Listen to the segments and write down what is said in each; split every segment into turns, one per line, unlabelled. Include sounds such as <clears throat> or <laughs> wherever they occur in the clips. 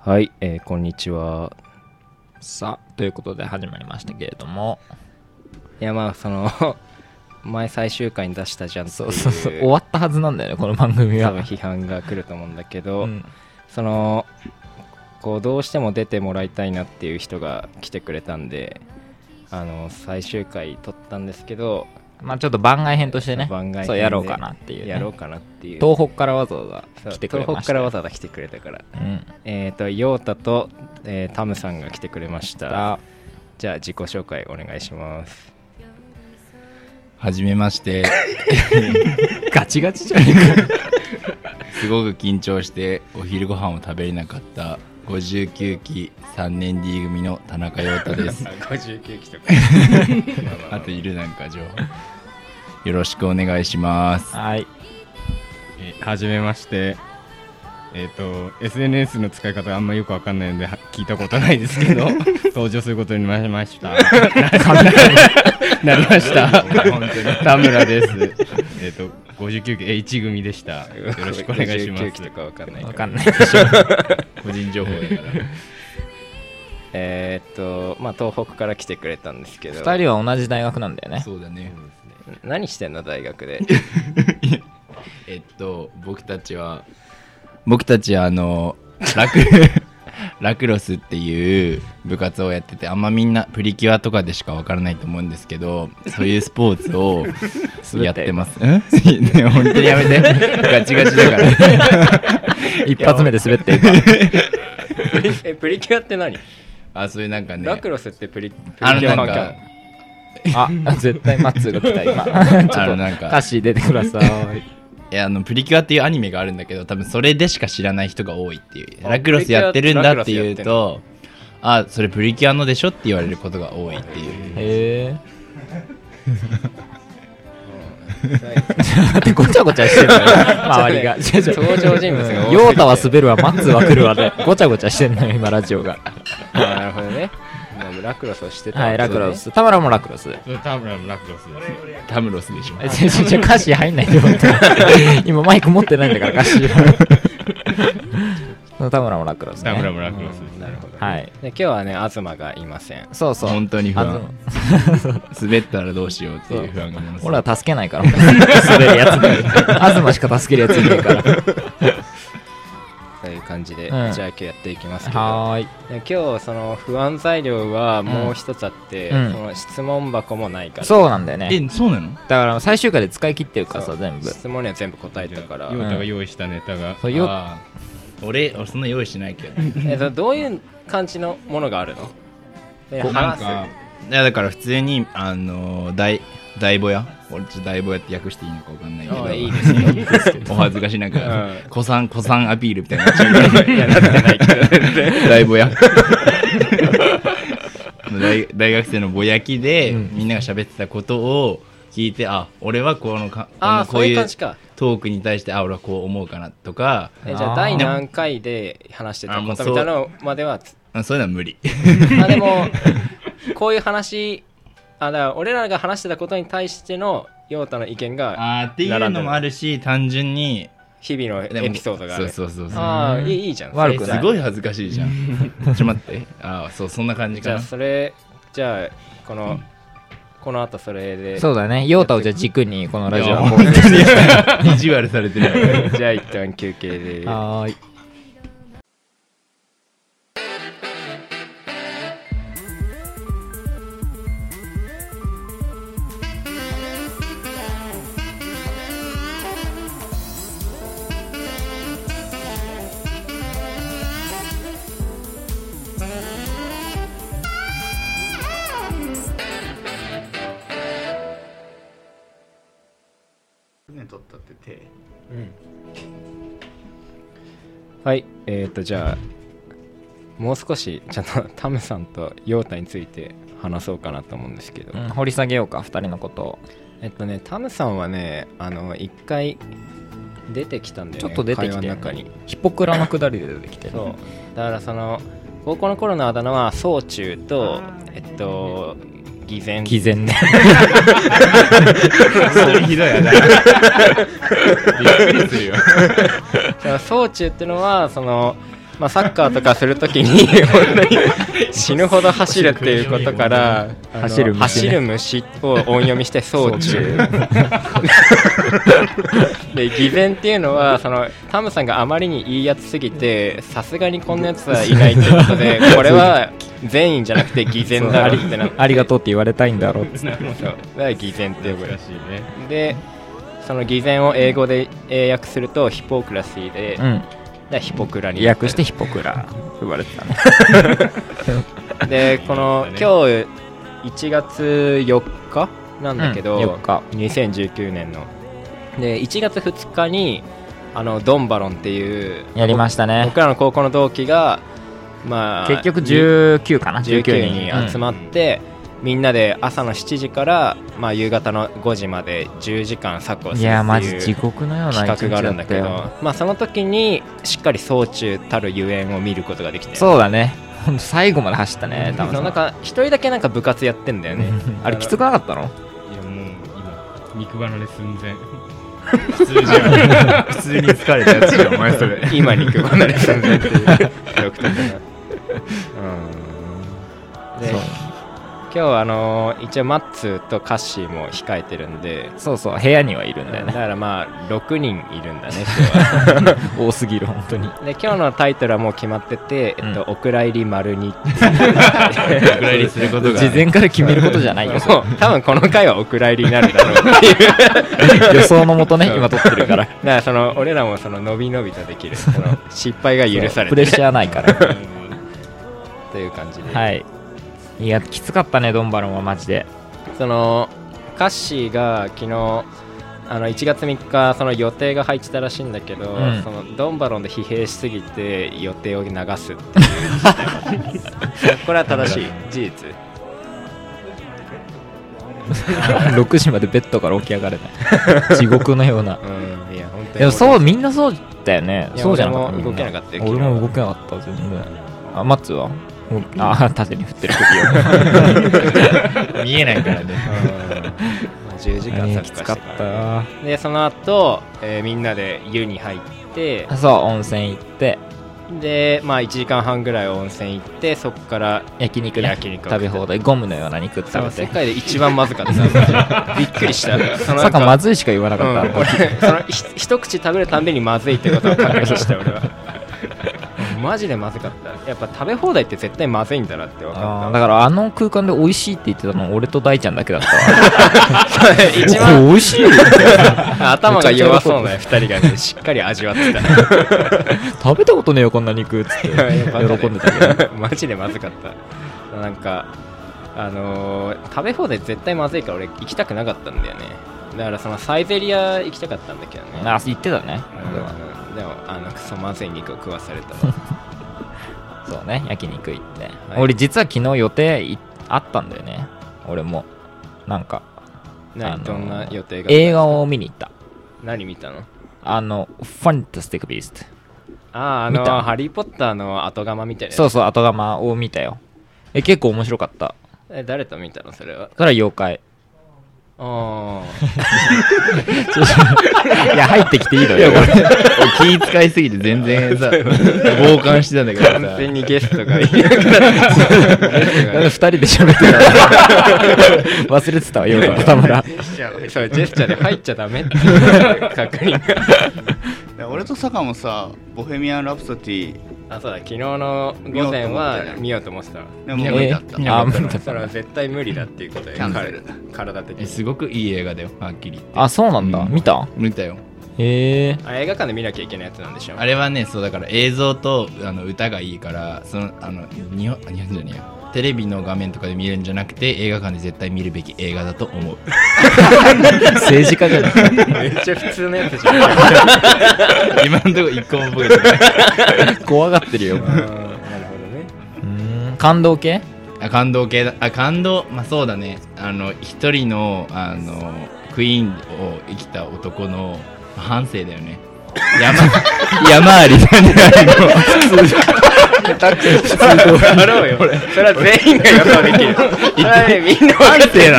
はい、えーこんにちは。
さあということで始まりましたけれども
いや、まあ、その、 <laughs> 前最終回に出したじゃんってい
そうそ
<laughs>
うそう終わったはずなんだよねこの番組
多
は
分、批判が来ると思うんだけ
う
ど、
ん、
その、こう、どうしても出てもらいたいなっていう人が来てくれたんで、あの、最終回撮ったんですけど、
まあちょっと番外編としてね
番外編で
そうやろうかなっていうね、
やろうかなっていう。
東北からわざわざ
そう
来てくれま
東
し
北
た
からわざわざ来てくれたから。
ざ、うん、
えっ、と、ヨータと、えータムさんが来てくれました。じゃあ、自己紹介お願いします。
はじめまして、 <laughs>
ガチガチじゃねえか
すごく緊張してお昼ご飯を食べれなかった59期3年 D 組の田中陽
<laughs>
太です。
59期とか。
<laughs> あといるなんか情報。よろしくお願いします。
はい
えーはじめまして、えっと SNS の使い方あんまよくわかんないのでは聞いたことないです
<laughs>
けど登場することになりましたなりました田村ですえっと59期 A1 組でしたよろしくお願いします
59期と <laughs> かわかんない
わ
ら
かんないでしょ
個人情報だから。
えーっとまあ東北から来てくれたんですけど
2人は同じ大学なんだよね
そうだね。
何してんの大学で
えっと、僕たちは、僕たちはあの、ラク、 <laughs> ラクロスっていう部活をやってて、あんまみんなプリキュアとかでしかわからないと思うんですけど、そういうスポーツを
<laughs>
やってます。うん <laughs> ね本当にやめて。ガチガチだから。
一発目で滑っていく
<laughs> えプリキュアって何、
あ、そういうなんかね、
ラクロスってプリプリキュ
あのな
ア
ん
漫
か
画、
あ絶対マッツーが来た今ちょ
あ
っ
の
と
なん
歌
か、
詞出てください
いやあのプリキュアっていうアニメがあるんだけど、多分それでしか知らない人が多いっていう。
あ
ラクロスやってるんだって
プリキュア
いうと、あ、それプリキュアのでしょって言われることが多いっていう。
へえってごちゃごちゃしてるのよ周りが違う違う
登場人物が多すぎて
ヨータは滑るわ、マッツーは来るわで、ごちゃごちゃしてんのよ、今、ラジオが。
<laughs> あーなるほどね、まあ、ラクロスをしてた
はい、
わけ
ラ
ですね
クロス。田村もラクロス。え、
そう田村のラクロスです
タムロスでしょ。
違う違う、歌詞入んないで、本当 <laughs> に今、マイク持ってないんだから、歌 <laughs> 詞。田村もラクロス、ね。
田村のラクロスです、
なるほど、
はい。
で今日はね東がいません
そうそう。
本当に不安
あの
滑ったらどうしようっていう不安がものすごい
俺は助けないから、本当に滑るやつね。東しか助けるやついないから。
という感じで、
うん
じゃあ今日やっていきますけど
はーい。
で今日その不安材料はもう一つあって、
うん
その質問箱もないから
そうなんだよね。
えそうなの
だから、最終回で使い切ってるから
そ
さ、
う
全部。
質問には全部答えたから、
ヨータが用意したネタが、
そうよ
あー俺俺そんな用意しないけどい
えっとどういう感じのものがあるので
なん
話す
かやだから普通にあの大大ぼや俺ちょっと大ぼやって訳していいのかわかんないけ
あ
ど
ーいいですねいいですけど
<laughs> お恥ずかしながら
うん
子さん子さんアピールみたいになっちゃうから
いやなってないけど全然
大ぼや大大学生のぼやきで、
うん
みんなが喋ってたことを聞いてあ俺はこのか
ああ
こ
そう
のこう
いう
いう
感じか
トークに対してあ俺はこう思うかなとか
えじゃ
あ
あ
ー
第何回で話してた
あも
こ
う
と
そう
みたいなのまではつ
あそういうのは無理
あでもこういう話あだから俺らが話してたことに対しての陽太の意見が
あーっていうのもあるし単純に
日々
で
の
も
エピソードがある
そうそうそうそう
ああいいいいじゃん
悪く
それじ
な
す
ゃあ
ごい恥ずかしい <laughs> じゃんちょっと待ってああそうそんな感
じ
じか
ゃ
な
あそれじゃあこのこの後それで
そうだね。ヨータをじゃあ軸に、このラ
い
ジオ
や
は
本当に意地悪されてる
<laughs> じゃあ一旦休憩で
はーい。
はいえっとじゃあもう少しちゃんとタムさんと陽太について話そうかなと思うんですけど、
うん掘り下げようか、二人のことを。
えっとねタムさんはねあの一回出てきたんだよ
ち
ね
ょっと出て
会
き
話
て
の
る
中
ね、
に
ヒポクラのくだりで出てきてる
そうだからその高校の頃のあだ名は総中とえっと偽善
偽善ね
それひどいやなびっくりするよ
その総中ってのはそのまあ、サッカーとかするときに <laughs> 本当に死ぬほど走るっていうことからあの
走る虫ね
走る虫を音読みして早中で偽善っていうのはそのタムさんがあまりにいいやつすぎてさすがにこんなやつはいないということ
<laughs>
でこれは善意じゃなくて偽善だろってなって
ありがとうって言われたいんだろうっつって
そうだから偽善って呼ぶ
難しいね
でその偽善を英語で英訳するとヒポクラシーで、
う
だか
ん
らヒポクラに
訳してヒポクラ呼ばれてたね
でこの今日1月4日なんだけど、
うん4日
2019年ので1月2日にあのドンバロンっていう
やりましたね
僕らの高校の同期がまあ
結局19かな
19人集
ま
まって、みんなで朝の7時から、まあ、夕方の5時まで10時間サッカーをするっていう
いやマジ地獄のような
企画があるんだけど、
一日ったよ
まあ、その時にしっかり総中たるゆえんを見ることができて
そうだねほんと最後まで走ったね多
その
分
なんか一人だけなんか部活やってんだよ
<laughs>
ね
あれきつくなかったの
いやもう今肉離れ寸前普通じゃん
普通に疲れたやつじゃんお前それ
<laughs> 今に行く離れてるっていう記憶とかうんで
そう
今日あのー一応マッツーとカッシーも控えてるんで
そうそう部屋にはいるんだ
だ
よ
か
ね
らまあ6人いるんだ
<laughs>
ね今日は
多すぎる本当に
で今日のタイトルはもう決まってて「えっとお蔵入り丸二 <laughs> っていう
お蔵入りすることが
事前から決めることじゃないよ <laughs>
もう多分この回はお蔵入りになるだろうっていう
予想のもとね今撮ってるか
だ
ら
からその俺らもその伸び伸びとできるその失敗が許され
プレ
て
ッシャーないから
という感じで、
はいいやきつかったねドンバロンはマジで
そのカッシーが昨日あの1月3日その予定が入ってたらしいんだけど、
うん
そのドンバロンで疲弊しすぎて予定を流
<laughs>
すっていうこれは正しい事実
<laughs> 6時までベッドから起き上がれない <laughs> 地獄のような
うんいや本当に
でもそ
<laughs>
うみんなそうだよね
いや
そうじゃなかった
俺も動けなかったよ
みん
昨日
俺も動けなかった全然あマッツーはうんああ縦に振ってる首
見えないからね
うん10時
を
間
え
サ
ー
ッカー
きつ
し
か
て
った
から
た
でその後、えーみんなで湯に入って
あそう温泉行って
でまあ1時間半ぐらい温泉行ってそこから
焼肉ね
焼肉を食って
食べ放題ゴムのような肉食
そ
べ
の世
て
界で一番まずかった
<laughs>
びっくりしたその
さ
なん
か
か
まずいしか言わな
う
かっ
ん、
た
俺そのひ一口食べるたんびにまずいってことを確認した俺
<laughs>
はマジでまずかったやっぱ食べ放題って絶対まずいんだなって分
あ
か
ー
っ
だからあの空間で美味しいって言ってたの俺と大ちゃんだけだったわ
た <laughs> 一
これ
番
美味しいよ
頭が弱そうな2人がねしっかり味わってた
食べたことねえよこんな肉
<laughs>
っつって <laughs> 喜んでたけど
けどマジでまずかったなんかあのー食べ放題絶対まずいから俺行きたくなかったんだよねだからそのサイゼリア行きたかったんだけどね
あ言ってたね
うんでもあのクソまずい肉を食わさ <laughs> れたわ
そうね焼肉行って、
はい
俺実は昨日予定いあったんだよね俺もなんか
何、
あのー
どんな予定が
映画を見に行った
何見たの
あの「ファンタスティック・ビースト
あああ
見
の
た
ハリー・ポッターの後釜みたい」なやつ
そうそう後釜を見たよえ結構面白かった
え誰と見たのそれは
それは妖怪 <laughs>
あ
いや入ってきていいの
いや
よ
俺俺気遣いすぎて全然さ <laughs> 傍観してたんだけど
あ完
さ
全にゲストがいなくなっ
2 <laughs>
て
人で喋ってた忘れてたわ <laughs> 妖怪田村
<laughs> そうジェスチャーで入っちゃダメって確認が <laughs>
俺と坂もさボヘミアン・ラプソディ
あそうだ昨日の午前は見ようと思ってたわ
で
見
も
なか
も
っ
う
た
見た
見
っ
なかっ
た
あ
そ
見
の
た
それは絶対無理だっていうことで
キャンセル
体的
え
に
すごくいい映画だよはっきり言って
あそうなんだ、
うん
見た
見たよ
へえ
あ映画館で見なきゃいけないやつなんでしょ
あれはねそうだから映像とあの歌がいいからそのあの日本あ日本じゃねえやテレビの画面とかで見るんじゃなくて映画館で絶対見るべき映画だと思う
<laughs> 政治家じゃない
め
<laughs>
っちゃ普通のやつじ <laughs> ゃん
<laughs> 今のところ一個も覚えてない
怖がってるよ
なるほどね。
うーん感動系
あ感動系だあ感動まあそうだねあの一人のあのクイーンを生きた男の <laughs> 半生だよね山山ありだねあの
けたくてだろうよそれは全員が予想できるそれはねみんな分かってる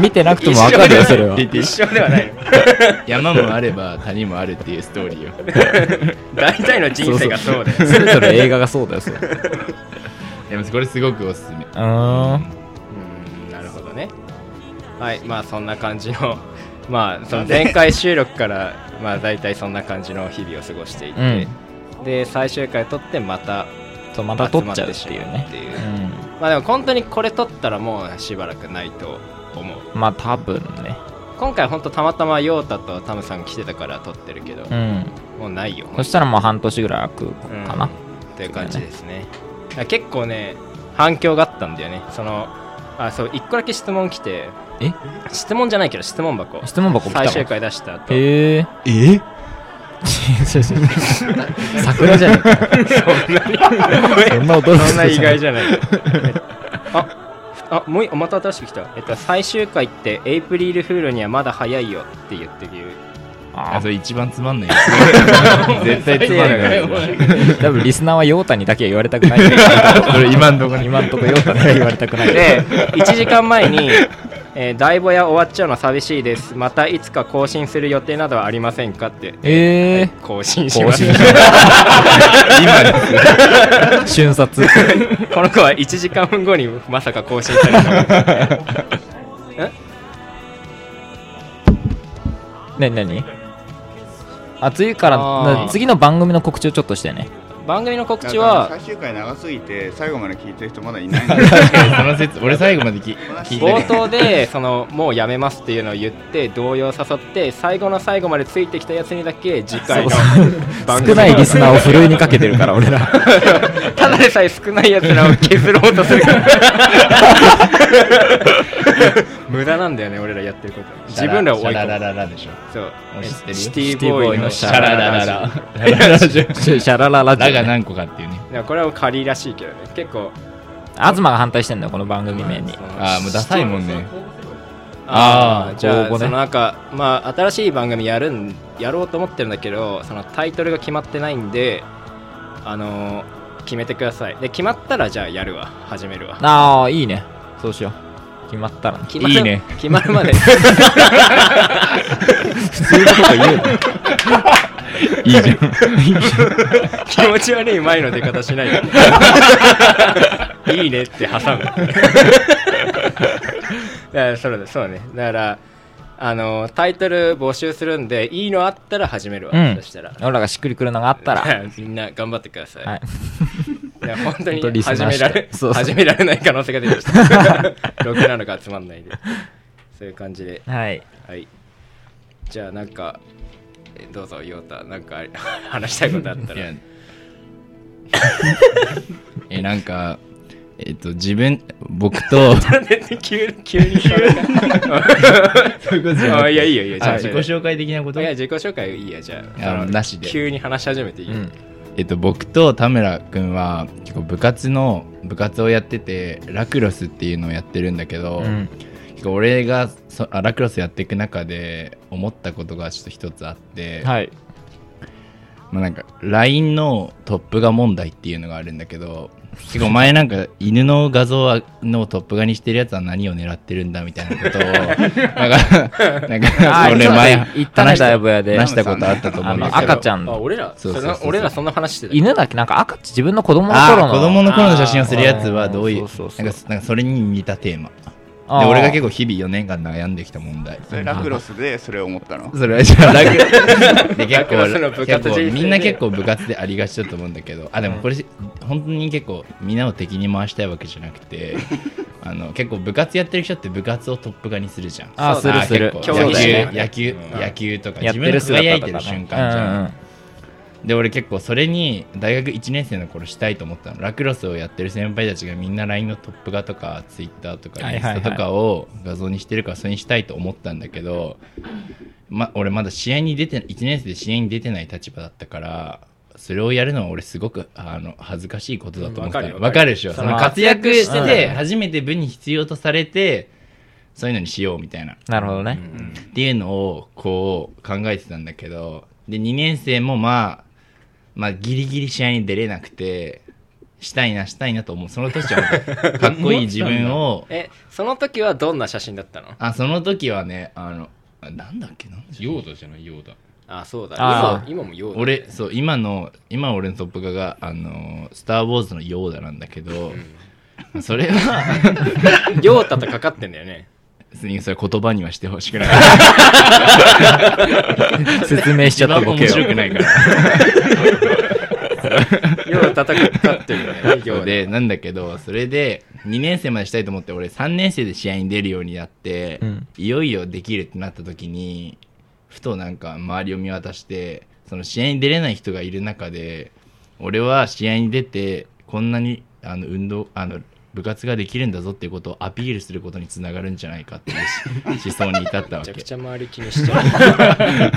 見てなくてもわかるよ、それ <laughs> は。
一緒ではない
<laughs> 山もあれば谷もあるっていうストーリーよ
大体の人生がそうだよ
それぞれ映画がそうだよ、それ。
でもこれすごくおすすめ
あ
うんなるほどねはいまあそんな感じのまあその前回収録からまあ大体そんな感じの日々を過ごしていて、
うん
で最終回撮ってまた
とまた取っちゃうっていうね。。
集まってしまうっていううんまあでも本当にこれ撮ったらもうしばらくないと思う
まあ、多分ね。
今回本当たまたまヨータとタムさん来てたから撮ってるけど、
うん。
もうないよ
そしたらもう半年ぐらい空くかな。
という感じですねだから結構ね反響があったんだよねそのあそう1個だけ質問来て
え
質問じゃないけど質問箱
質問箱来た
最
わ
終回出した後
へえ。
え
そうそう桜じゃねえか。そんな驚く
そんな意外じゃないああもういまた新しく来た、えっと、最終回ってエイプリルフールにはまだ早いよって言ってる
ゃ
あ
ん
そ。れ一番つまんないやつ <laughs> 絶対つまんないやつ
多分リスナーはヨータにだけは言われたくないけど。
それ今んとこに
今んとこヨータには言われたくない。
で1時間前に「えー、大ぼや終わっちゃうの寂しいですまたいつか更新する予定などはありませんか?」って
ええ。
更新し
更
まし
新
た
瞬殺。
<laughs> この子は1時間後にまさか更新された
ね何あ、次から
あー、
次の番組の告知をちょっとしてね。
番組の告知
だから
は
最終回長すぎて最後まで聞いてる人まだいないんだよ
その説俺最後までき <laughs> 聞いて
冒
る
頭でそのもうやめますっていうのを言って動揺を誘って最後の最後までついてきたやつにだけ次回の番組
少ないリスナーをふるいにかけてるから、俺ら。
ただでさえ少ないやつらを削ろうとするから無駄なんだよね俺らやってること自分らを追い
シャラ
込む
ラララでしょ
そう
知ってる
シティボーイのシ
シ
ャ
ャ
ララ
ララララ
ララ
<laughs> シャラララジ
ラが
オ。
何個かっていうね
でもこれは仮らしいけどね結構
東が反対してんだよ、この番組名に
そ。の
ああもうダサいもんね
あ
あ
あ
ー
じゃあ、
公募ね
そのなんかまあ新しい番組やるんやろうと思ってるんだけどそのタイトルが決まってないんであのー決めてくださいで決まったらじゃあやるわ始めるわ
ああ、いいね。そうしよう。決まったらね。
決まる
いいね
決まるまで <laughs>
いいじゃん
気持ち悪い前の出方しない
<laughs>
でいいねって挟むだからそうだそうねだからあのータイトル募集するんでいいのあったら始めるわ、
うん
そしたら
俺らがしっくりくるのがあったら。は
みんな頑張ってください、
い。
いや本当
本当
に
リスナー
始められ
してそうそう
始められない可能性が出
<laughs>
てきた。ろくなのがつまんないで。そういう感じで。
はい。
はい。じゃあなんか、えどうぞ、ヨータ、なんかあり <laughs> 話したいことあった
いや
ら。
えなんかえっと自分僕と
全然急に、急に、急に。あいや、いいよ、いいよ。じゃ
あ
あ、
自己紹介的なこと
いや、
い
自己紹介いいや、じゃあ。
やなしで
急に話し始めていいよ。
うん
えっと、僕と田村君は結構部活の部活をやっててラクロスっていうのをやってるんだけ
う
ど、
ん。
結構俺がそあラクロスやっていく中で思ったことがちょっと一つあって、
はい。
まあ、なんか LINE のトップ画問題っていうのがあるんだけど結構前なんか犬の画像はのトップ画にしてるやつは何を狙ってるんだみたいなこと
<laughs>
をなんかなんか
あ
俺前
言ったね
話し
だいぶやで
話したことあったと思うんだけど
あの赤ちゃんの
あ、俺ら、そ
そうそう
れ
そうそう
俺らそんな話してた。
犬だっけなんか赤ち自分の子供の
あ
頃
ー
の
子供の頃の写真をするやつはどうい
あ
う
ーそうそうそう
なんかなんかそれに似たテーマ
あー
で俺が結構日々4年間悩んできた問題
それラクロスでそれを思
<laughs>
ったの
それはじゃあラグで
ラ
結
クロスの
構
部活
結
人生で
構みんな結構部活でありがちだと思うんだけどあでもこれ本当に結構みんなを敵に回したいわけじゃなく
<laughs>
てあの結構部活やってる人って部活をトップ画にするじゃん
あー
そうだ
するする
結
競
構
技だよね
野球野
うん
球野球とか
やっ
自
て
分の
る姿
輝
と
い
か
て
ね
る瞬間じ
うん
ゃ
うん
んで俺結構それに大学1年生の頃したいと思ったのラクロスをやってる先輩たちがみんな LINE のトップ画とか Twitter とか
はい
イン
はいはい
スタとかを画像にしてるからそれにしたいと思ったんだけど、ま、俺まだ試合に出て1年生で試合に出てない立場だったからそれをやるのは俺すごくあの恥ずかしいことだと思った
うんわかるよ
のわかるでしょ
そ
そ
の
の活躍し
活躍して
て
ね
初めて部に必要とされてそういうのにしようみたいな
なるほどね、
っていうのをこう考えてたんだけどで2年生もまあまあ、ギリギリ試合に出れなくてしたいなしたいなと思うその時はも
<laughs>
うかっこいい自分を
えその時はどんな写真だったの
あその時はねあのあなんだっけなんだっけ
ヨーダじゃないヨーダ
あそうだ
あ
今今もようだ
俺そう今の今俺のトップ画が「あのスター・ウォーズ」のヨーダなんだけどそれは
ヨータとかかってんだよね
別にそれ言葉にはしてほしくない
説明 <laughs> しち
一
ゃった
番
ボ
面
ケ
白
を
くないから
ヨータとかかってるよね
そうでなんだけどそれで2年生までしたいと思って俺3年生で試合に出るようになって、
うん
いよいよできるってなった時にふとなんか周りを見渡してその試合に出れない人がいる中で俺は試合に出てこんなにあの運動あの部活ができるんだぞっていうことをアピールすることにつながるんじゃないかっていう思
<laughs>
思想に至ったわ
めちゃ
け
くちゃ周り気にしちゃ
え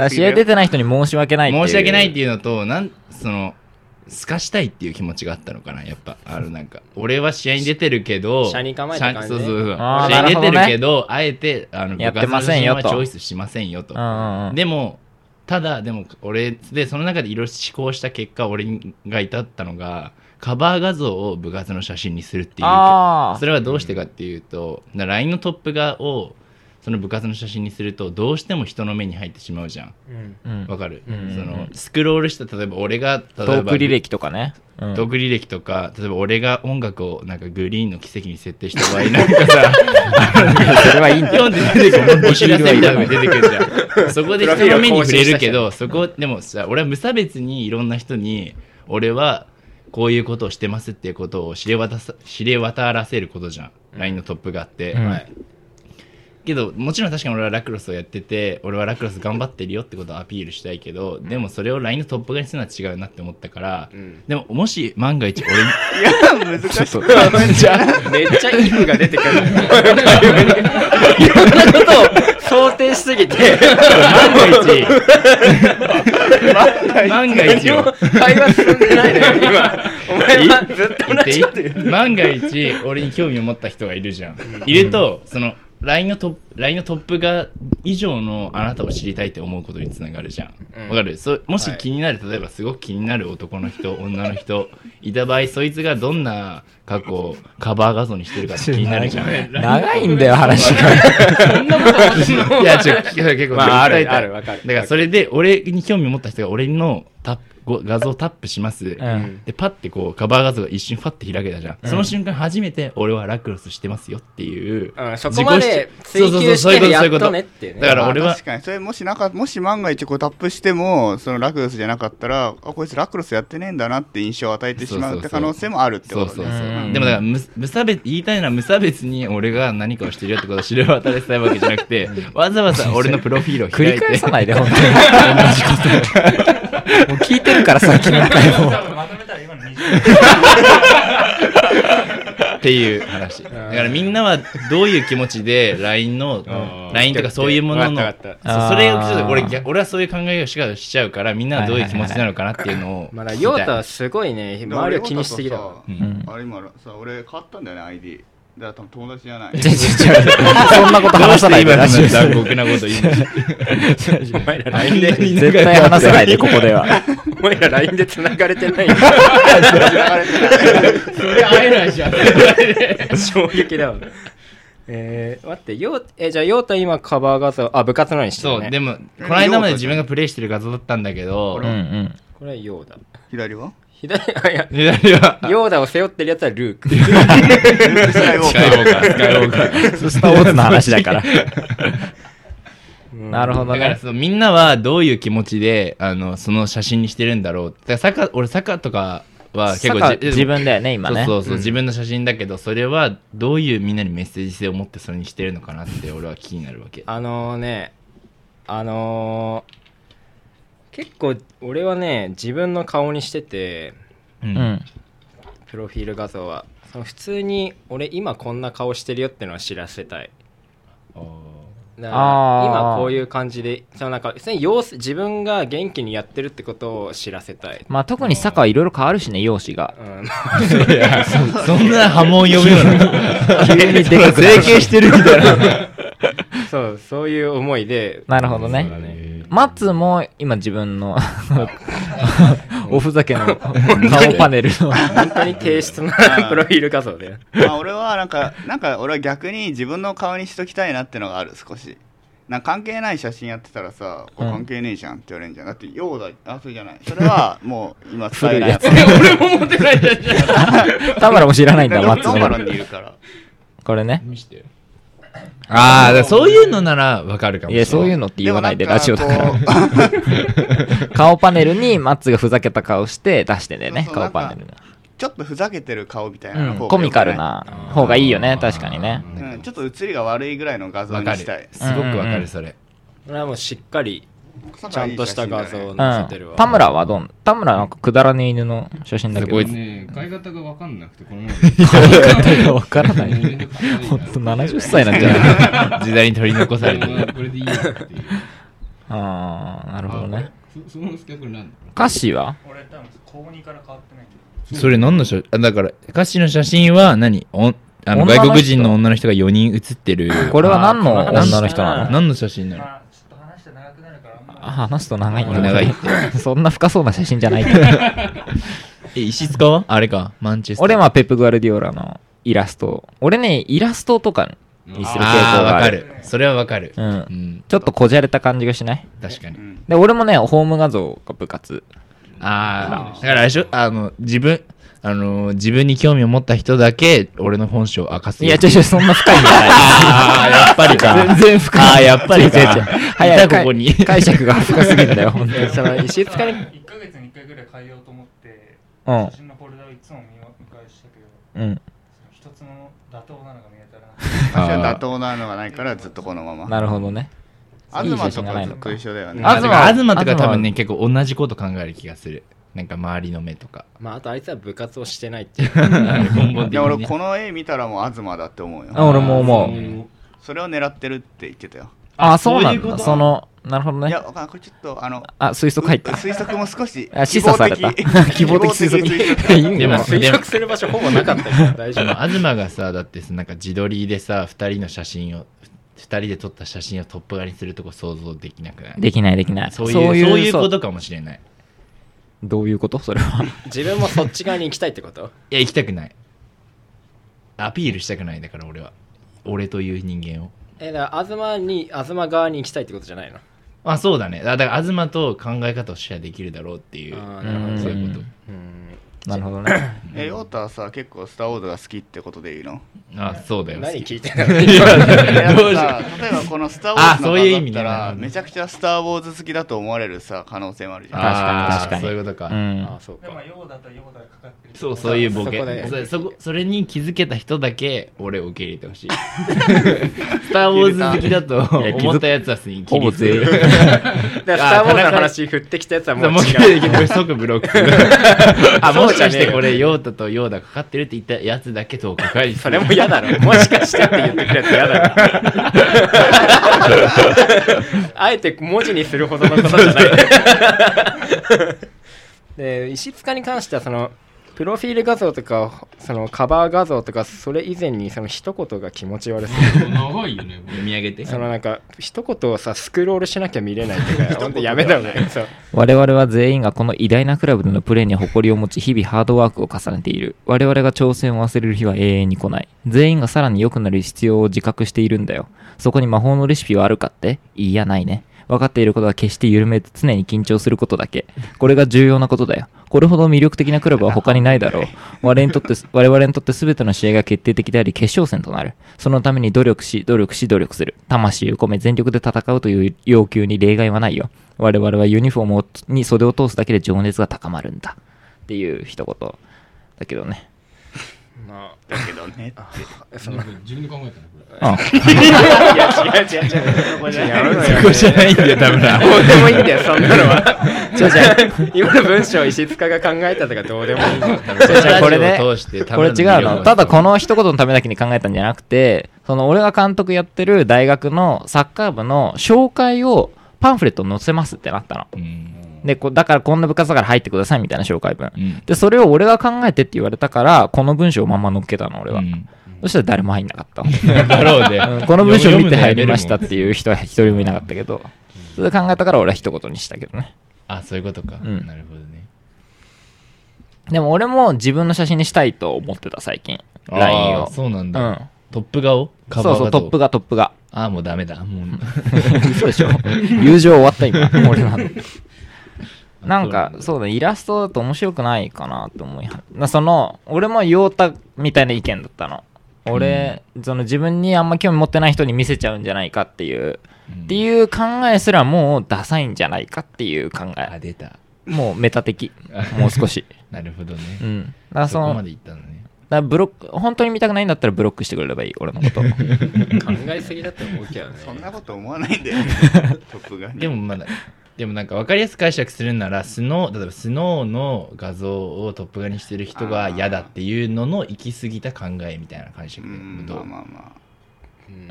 あ
すぎ
試
だ
合
よ
出てない人に申し訳ないっていう
申し訳ないっていうのとなんそのすかしたいっていう気持ちがあったのかなやっぱあのなんか <laughs> 俺は試合に出てるけど
車に構えた感じね
車そうそうそう試
あー
合に出て
な
る
るほ
けどあえてあの
やってませんよと
部活の写真はチョイスしませんよと
うんうんうん
でもただでも俺でその中でいろいろ思考した結果俺が至ったのがカバー画像を部活の写真にするっていう
あ
それはどうしてかっていうと、な LINE のトップ画をその部活の写真にするとどうしても人の目に入ってしまうじゃん <laughs>
う、うん、
あ、うん
わかる、
うん
そのスクロールした例えば俺が
ト
例えば
ーク履歴とかね、うん
トーク履歴とか例えば俺が音楽をなんかグリーンの奇跡に設定した場合なんかさ
それはいいん
<laughs>
だよ
読んで出てくるお知らせみたいなのが出てくるじゃんそこで人の目に触れるけどそこでもさ俺は無差別にいろんな人に俺はこういうことをしてますっていうことを知れ渡さ知れ渡らせることじゃん、LINE のトップがあって、
うん
はい
けどもちろん確かに俺はラクロスをやってて俺はラクロス頑張ってるよってことをアピールしたいけどでもそれを LINE のトップ側にするのは違うなって思ったから、
うん
でももし万が一俺に
難しい。
じゃあめっちゃイフが出てくるいろんなことを想定しすぎて
万が
<laughs>
一万が一よ
会話進んでないのよ今お前はずっと同じこと言う
万が一俺に興味を持った人がいるじゃんいるとその LINE のトップ LINE のトップが以上のあなたを知りたいって思うことにつながるじゃん
うん
わ、かるそうもし
はい
気になる、例えばすごく気になる男の人女の人いた場合そいつがどんな過去をカバー画像にしてるかって気になるじ
<laughs>
ゃんい
長いんだよ話が
や違う結構、
まあある
訴えたい
あるわかる
だからそれで俺に興味を持った人が俺のタップご画像をタップします、
うん
でパッてこうカバー画像が一瞬ファッて開けたじゃん、その瞬間初めて俺はラクロスしてますよっていう、
うんそこまで追
自
求
己主張そう
し
そ
て
うそう
や
そ
っ
ういうこと
と
そうい
ねっ
うこ
ていう
と
ね
だから俺
まあ
は
確かにそれもしなかもし万が一こうタップしてもそのラクロスじゃなかったらあこいつラクロスやってねえんだなって印象を与えてしまう
そうそ
っ
うそ
て
う
可能性もあるって
そ
こ
う
と
そ
ね
うそう、
うん
でもだから無無差別言いたいのは無差別に俺が何かをしてるよってことを知れ渡れてたいわけじゃなくてわざわざ俺のプロフィールを
繰
開い
り
て
返さないで本当に同じこともう聞いてるからさっきの回も
っていう話だからみんなはどういう気持ちで LINE の
ん
LINE とかそういうものの
わかったわかった
そうそれをちょっと俺
あー
逆俺はそういう考えをしかしちゃうからみんなはどういう気持ちなのかなっていうのを
まあだか
聞
ら
きたい
ヨータはすごいね周りを気にしすぎだわ
う
う
ん
んあれ今さ俺買ったんだよね ID だから多分友達じゃない
違う違う違うそんなこと話さないで
どう
ラジ
し
オ
て
<laughs>
今そんな残酷なこと言うの
お前ら LINE で
絶対話さないでここで
<laughs>
は
お前ら LINE で繋がれてないよ
会えないじゃん
衝撃だわえー、待ってヨーえじゃあヨータ今カバー画像あ部活のようにしてる
そ
ね
うでもこの間まで自分がプレイしてる画像だったんだけど
うんうん
これはヨーダ
左は
左あいや
左は
ヨーダを背負ってるやつはルーク
<laughs> 左は
使い方が使い方が
スター・ウォーズの話だからなるほど
だから
ね
そのみんなはどういう気持ちであのその写真にしてるんだろうだからサッカー俺サッカーとかは結構
坂
じ
自分だよね今ね
そうそうそう、自分の写真だけどそれはどういうみんなにメッセージ性を持ってそれにしてるのかなって俺は気になるわけ
あのねあのー結構俺はね自分の顔にしてて
う
うんん
プロフィール画像はその普通に俺今こんな顔してるよってのは知らせたいだから
あー
今こういう感じでそのなんか普通に様子自分が元気にやってるってことを知らせたい、
まあ特に坂はいろいろ変わるしね容姿が <laughs>
うん、
そんな波紋呼ぶよ <laughs> うな
急にでかくなる
<laughs> 整形してるみたいな
そうそういう思いで
なるほど
だ
ね
ね
松も今自分
<laughs>
のおふざけの顔パネルの
本当に低質なプロフィール画像で
<laughs> まあ俺はなんかなんか俺は逆に自分の顔にしときたいなってのがある少しなんか関係ない写真やってたらさこれ関係ねえじゃんって言われるんじゃんだって用だあそれじゃないそれはも
<laughs>
う今伝えないやつ
俺も持ってないじゃんじゃん
田村も知 <laughs> らないんだ
ロン
松
ロンバロン
の
にいるから
これね
見してああだからそういうのならわかるかも
い
しれな
や
い
そういうのって言わないで
もん
ラジオだから
こう
<laughs> 顔パネルに松がふざけた顔して出してんだよね
そうそう
顔パネル
ちょっとふざけてる顔みたいな
の、う
方が良
ん、
く
コミカル
い
な方がいいよね確かにね
うん、ちょっと写りが悪いぐらいの画像
わ
に
かるす
したい。
ごくわかるそれ
これはもうしっかりちゃんとした画像
だ
を
ね
載せて
う
る
ん、
わ
田村はどん田村なんかくだらねえ犬の写真だけど
これね買い方が分かんなくてこの前
方がわからない
めんどくさいな
<laughs> 本当70歳なんじゃ <laughs> ない
<laughs> 時代に取り残されてる
これでいいよっていう
ああなるほどね
そそのスケこれなんだ
歌詞は
俺多分高2から変わってないけど
それ何の写あだから歌詞の写真は何おんあの
女の人
外国人の女の人が4人写ってる
これは何の
あーこの話
女の人なの
何の写真なの
まあちょっと話して長くなるからあんま
あ話すと長いんだ
長いっ
<laughs> そんな深そうな写真じゃないけ <laughs> ど
え石塚はあれかマンチェスター
俺はペップ・グアルディオラのイラスト俺ねイラストとかにする傾向
あ
が
あわ
あ
か
る
るそれはわかる
うん
うん
ちょっとこじゃれた感じがしない
確かに
うん
で俺もねホーム画像が部活
ああだからあれでしょあの自分あの自分に興味を持った人だけ俺の本性を明かす
いやちょいちょいそんな深いんじゃない
ああやっぱりか
全然深い
あーやっぱりか
違う違う違う早
いたここに
解釈が深すぎんだよ本当に
その石塚に
1ヶ月に1回ぐらい変えようと思って
うん
写真のフォルダをいつも見返したけど
うん
その一つの妥当なのが見当たらなくて
私は妥当なのがないからずっとこのまま。
なるほどねいい写
東
真
と
がない
かず
の
っ
か
と一緒だよね。
あ
あ
だ
ず
から
ま
東とか多
東
分ね結構同じこと考える気がするなんか周りの目とか
まああとあいつは部活をしてないっていう
根本的にね
いや俺この絵見たらもう東だって思う
あ
よ。
俺も思う
それを狙ってるって言ってたよ。
あ、そうなん
そういうこ
だ。
と
その、なるほど
い
ね
や。わかんないこれちょっとあの
あ、推測入った
う。推測も少し
あ、示唆された。希望的推測。 <laughs> いいん
でも
だ
推測する場所ほぼなかったけ
<laughs>
ど大丈
あ
夫
の東がさだってさなんか自撮りでさ2人の写真を2人で撮った写真をトップ側にするとこ想像できなくない
できないできない。
そういうそういうことかもしれない
そうどういうことそれは。
自分もそっち側に行きたいってこと
いや行きたくないアピールしたくないだから俺は俺という人間を
えだから東に東側に行きたいってことじゃないの
あそうだねだだから東と考え方をシェアできるだろうっていう
あー
なるほど
そういうこ
うん
なるほどね。
え、ヨータはさ、結構スター・ウォーズが好きってことでいいの
とあそうだよ
何
好き
聞いてんの <laughs>
いや
いや
<laughs> どうし
さ例えばこのスター・ウォーズの
あそういう意味
画
ねなる
だったら、
ほど
めちゃくちゃスター・ウォーズ好きだと思われるさ、可能性もあるじゃん。
あー
確かに確かに
そういうことか、
うん。
あそう
でも
か
用だと用だかかってる
そうそういうボ
そこ
ケ
で
そそこそれに気づけた人だけ俺を受け入れて
<laughs>
ほしいスター・ウォーズ好きだと
いや気づ
思ったやつはすに
ほぼ全員。
だからスター・ウォーズの話振ってきたやつはもう
もう
違う
即ブロックす
<laughs>
るあもしかしてこれヨータとヨーダかかってるって言ったやつだけとかかり
それも嫌だろもしかしてって言ってくるやつ嫌
<laughs>
だろあえて文字にするほどのことじゃないで石塚に関してはそのプロフィール画像とかそのカバー画像とかそれ以前にその一言が気持ち悪すぎる
長いよねこれ
読み上げて
そのなんか一言をさスクロールしなきゃ見れないとかほんとやめたよねそう
我々は全員がこの偉大なクラブでのプレーに誇りを持ち、日々ハードワークを重ねている。我々が挑戦を忘れる日は永遠に来ない。全員がさらに良くなる必要を自覚しているんだよ。そこに魔法のレシピはあるかっていいや、ないね。分かっていることは決して緩めず常に緊張することだけ。これが重要なことだよ。これほど魅力的なクラブは他にないだろう。我々にとって、我々にとって全ての試合が決定的であり、決勝戦となる。そのために努力し、努力し、努力する。魂を込め全力で戦うという要求に例外はないよ。我々はユニフォームをに袖を通すだけで情熱が高まるんだ。っていう一言。だけどね。
ま
だけどね。
あその
自分で考えたの
う
これ
ん。
いや違う違う違うこやめろ <laughs> よ
そこじゃないんだよ多分な
どうでもいいんだよ、そんなのは。じゃじゃ今の文章を石塚が考えたとかどうでもいいんだよ。
違う違うこれね
ラジオを通して
これ違うの。ただこの一言のためだけに考えたんじゃなくて、その俺が監督やってる大学のサッカー部の紹介をパンフレットに載せますってなったの。
うん
で、こだからこんな部活だから入ってくださいみたいな紹介文。
うん
で、それを俺が考えてって言われたから、この文章をまんま乗っけたの、俺は。
うん
そしたら誰も
<laughs>
入んなかった。
だろうで
<laughs> うんこの文章見て入りましたっていう人は一人もいなかったけど、それで考えたから俺は一言にしたけどね
あそういうことか、
うん
なるほどね
でも俺も自分の写真にしたいと思ってた最近
あー
LINE を
そうなん
う
だ、
ん
トップ顔カ
そう
バー
そう
画像
トップがトップが
ああもうダメ
<laughs>
だもう
嘘で <laughs> しょ友情終わった今俺らのなんかそうだイラストだと面白くないかなと思いなその俺も陽太みたいな意見だったの俺、その自分にあんま興味持ってない人に見せちゃうんじゃないかっていう、
うん
っていう考えすらもうダサいんじゃないかっていう考
あ
え
出た
もうメタ <laughs> 的もう少し
なるほどね、
うんだから
そ
その
こま
だか
でいったのね
らブロック本当に見たくないんだったらブロックしてくれればいい俺の <laughs> こと
考えすぎだと思うけどね
そんなこと思わない
<laughs>
でトップが
でもまだでもなんか分かりやすく解釈するならスノー例えばスノーの画像をトップ画にしてる人が嫌だっていうのの行き過ぎた考えみたいな解
う
釈
ん
どう
まあまあま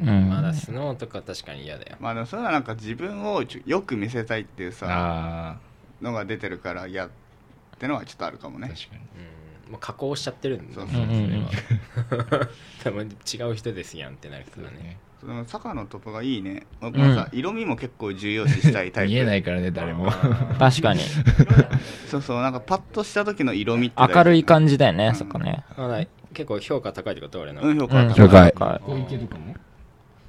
うん
うん
まだスノーとか確かに嫌だよ
あまあでもそれはなんか自分をちょよく見せたいっていうさ
あ
のが出てるから嫌ってのはちょっとあるかも
あ
ね
確か
う
に
んもう加工しちゃってるんだ
そう
うんうんうん
多分違う人ですやんってなるか
そう
ら
だ
ね
ね
その坂のトップがいいねこのさ、色味も結構重要視したいタイプ
見えないからね誰も
確かに
そうそうなんかパッとした時の色味って
明るい
じ
感じだよね、
うん
そこね
あない結構評価高いってこと俺の、
うん評
う
価
ん
高い、
高い
高い
小池とかも
<laughs>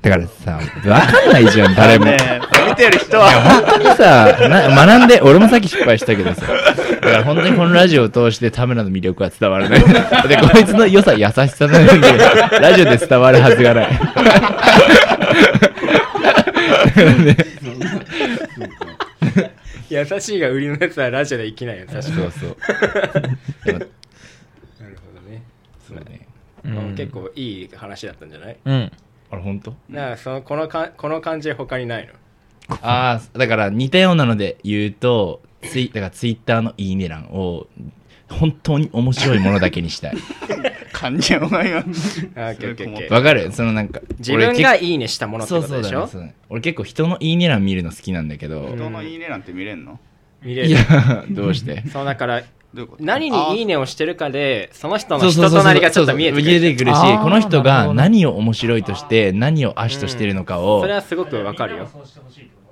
だからさ分かんないじゃん誰も
ねえ見てる人は
本当にさな学んで俺もさっき失敗したけどさだから本当にこのラジオを通して田村の魅力は伝わら <laughs> ないでこいつの良さ優しさなんでラジオで伝わるはずがない
優しいが売りのやつはラジオで生きないよ確かに
そうそうでも
なるほどね
そうね
うん
結構いい話だったんじゃない
うん
あれ本当
なあそのこのかこの感じ他にないの
ああだから似たようなので言うとツイだからツイッターのいいね欄を本当に面白いものだけにしたい
感情が今
あオッケーオッケーオッケー
わかるそのなんか
自分がいいねしたものって
そう
こと
そう
で
だ
し
ね
ょ
そうだね俺結構人のいいね欄見るの好きなんだけど、
人のいいねなんて見れんの
見れ
い
る
やどうして
そうだ
<laughs>
から
どういうこと
何にいい
ね
ねをしてるかでその人
そ
の
うそう
人
そ
と
うそ
な
う
りがちょっと見えてくる
そうそう見えてくるし
あー
この人
なるほ
が
ど
何を面白いとして何を悪しとしてるのかを、
それ
い
はすごくわかるよ
そうしてほしいってこ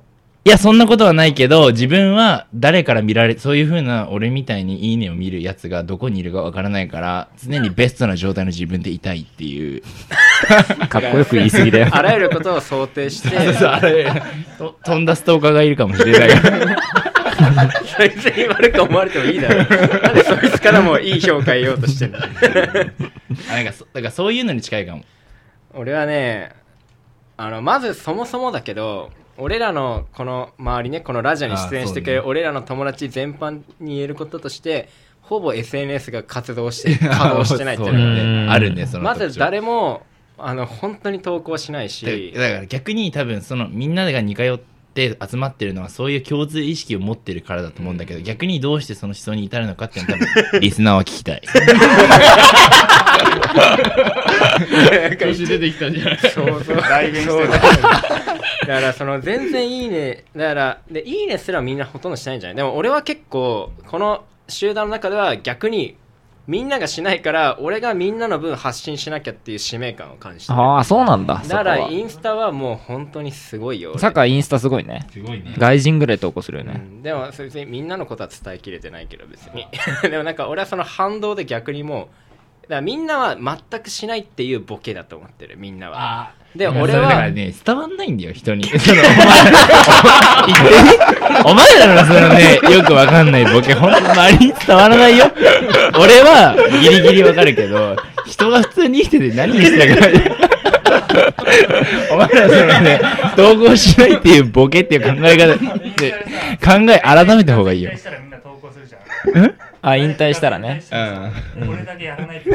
やそんなことはないけど自分は誰から見られそういうふうな俺みたいにいいねを見るやつがどこにいるかわからないから常にベストな状態の自分でいたいっていう
かっこよく言い過ぎだよ
あらゆることを想定して
<laughs> そうそうあれと飛んだストーカーがいるかもしれないから
別に悪く思われてもいいだろなんでそいつからもいい評価得ようとしてんの
あなんかそだからそういうのに近いかも
俺はねあのまずそもそもだけど俺らのこの周りねこのラジオに出演してくれ
あ
る
そ
俺らの友達全般に言えることとしてほぼ SNS が活動して稼働してないっていう
そう
の
だ
がね
ねあるねその
ま
特徴
ず誰もあの本当に投稿しないし
だだから逆に多分そのみんなが似通って集まってるのはそういう共通意識を持ってるからだと思うんだけど逆にどうしてその思想に至るのかっていうのは多
<laughs>
分リスナーは聞きたい出てきたんじゃない
そうそう
代弁して
そ
る
うだからその全然いいねだからでいいねすらみんなほとんどしないんじゃないでも俺は結構この集団の中では逆にみんながしないから俺がみんなの分発信しなきゃっていう使命感を感じてる
<laughs> ああそうなんだそこ
だから
は
インスタはもう本当にすごいよ俺
サッカーインスタすごいね
すごいね
外人ぐらい投稿するよ
う
ね、
んでも別にみんなのことは伝えきれてないけど別に <laughs> でもなんか俺はその反動で逆にもうだからみんなは全くしないっていうボケだと思ってるみんなは
あ
で
それ
俺
だか
は
らね伝わんないんだよ人にそのお前お前お前らのそのねよくわかんないボケほんと周りに伝わらないよ俺はギリギリわかるけど人が普通に生きてて何してたかお前らそのね統合しないっていうボケっていう考え方で考え改めた方がいいよ
と。したらみんな投稿するじゃん。
あ引退したらね
うん。俺だけやらないって。
<laughs>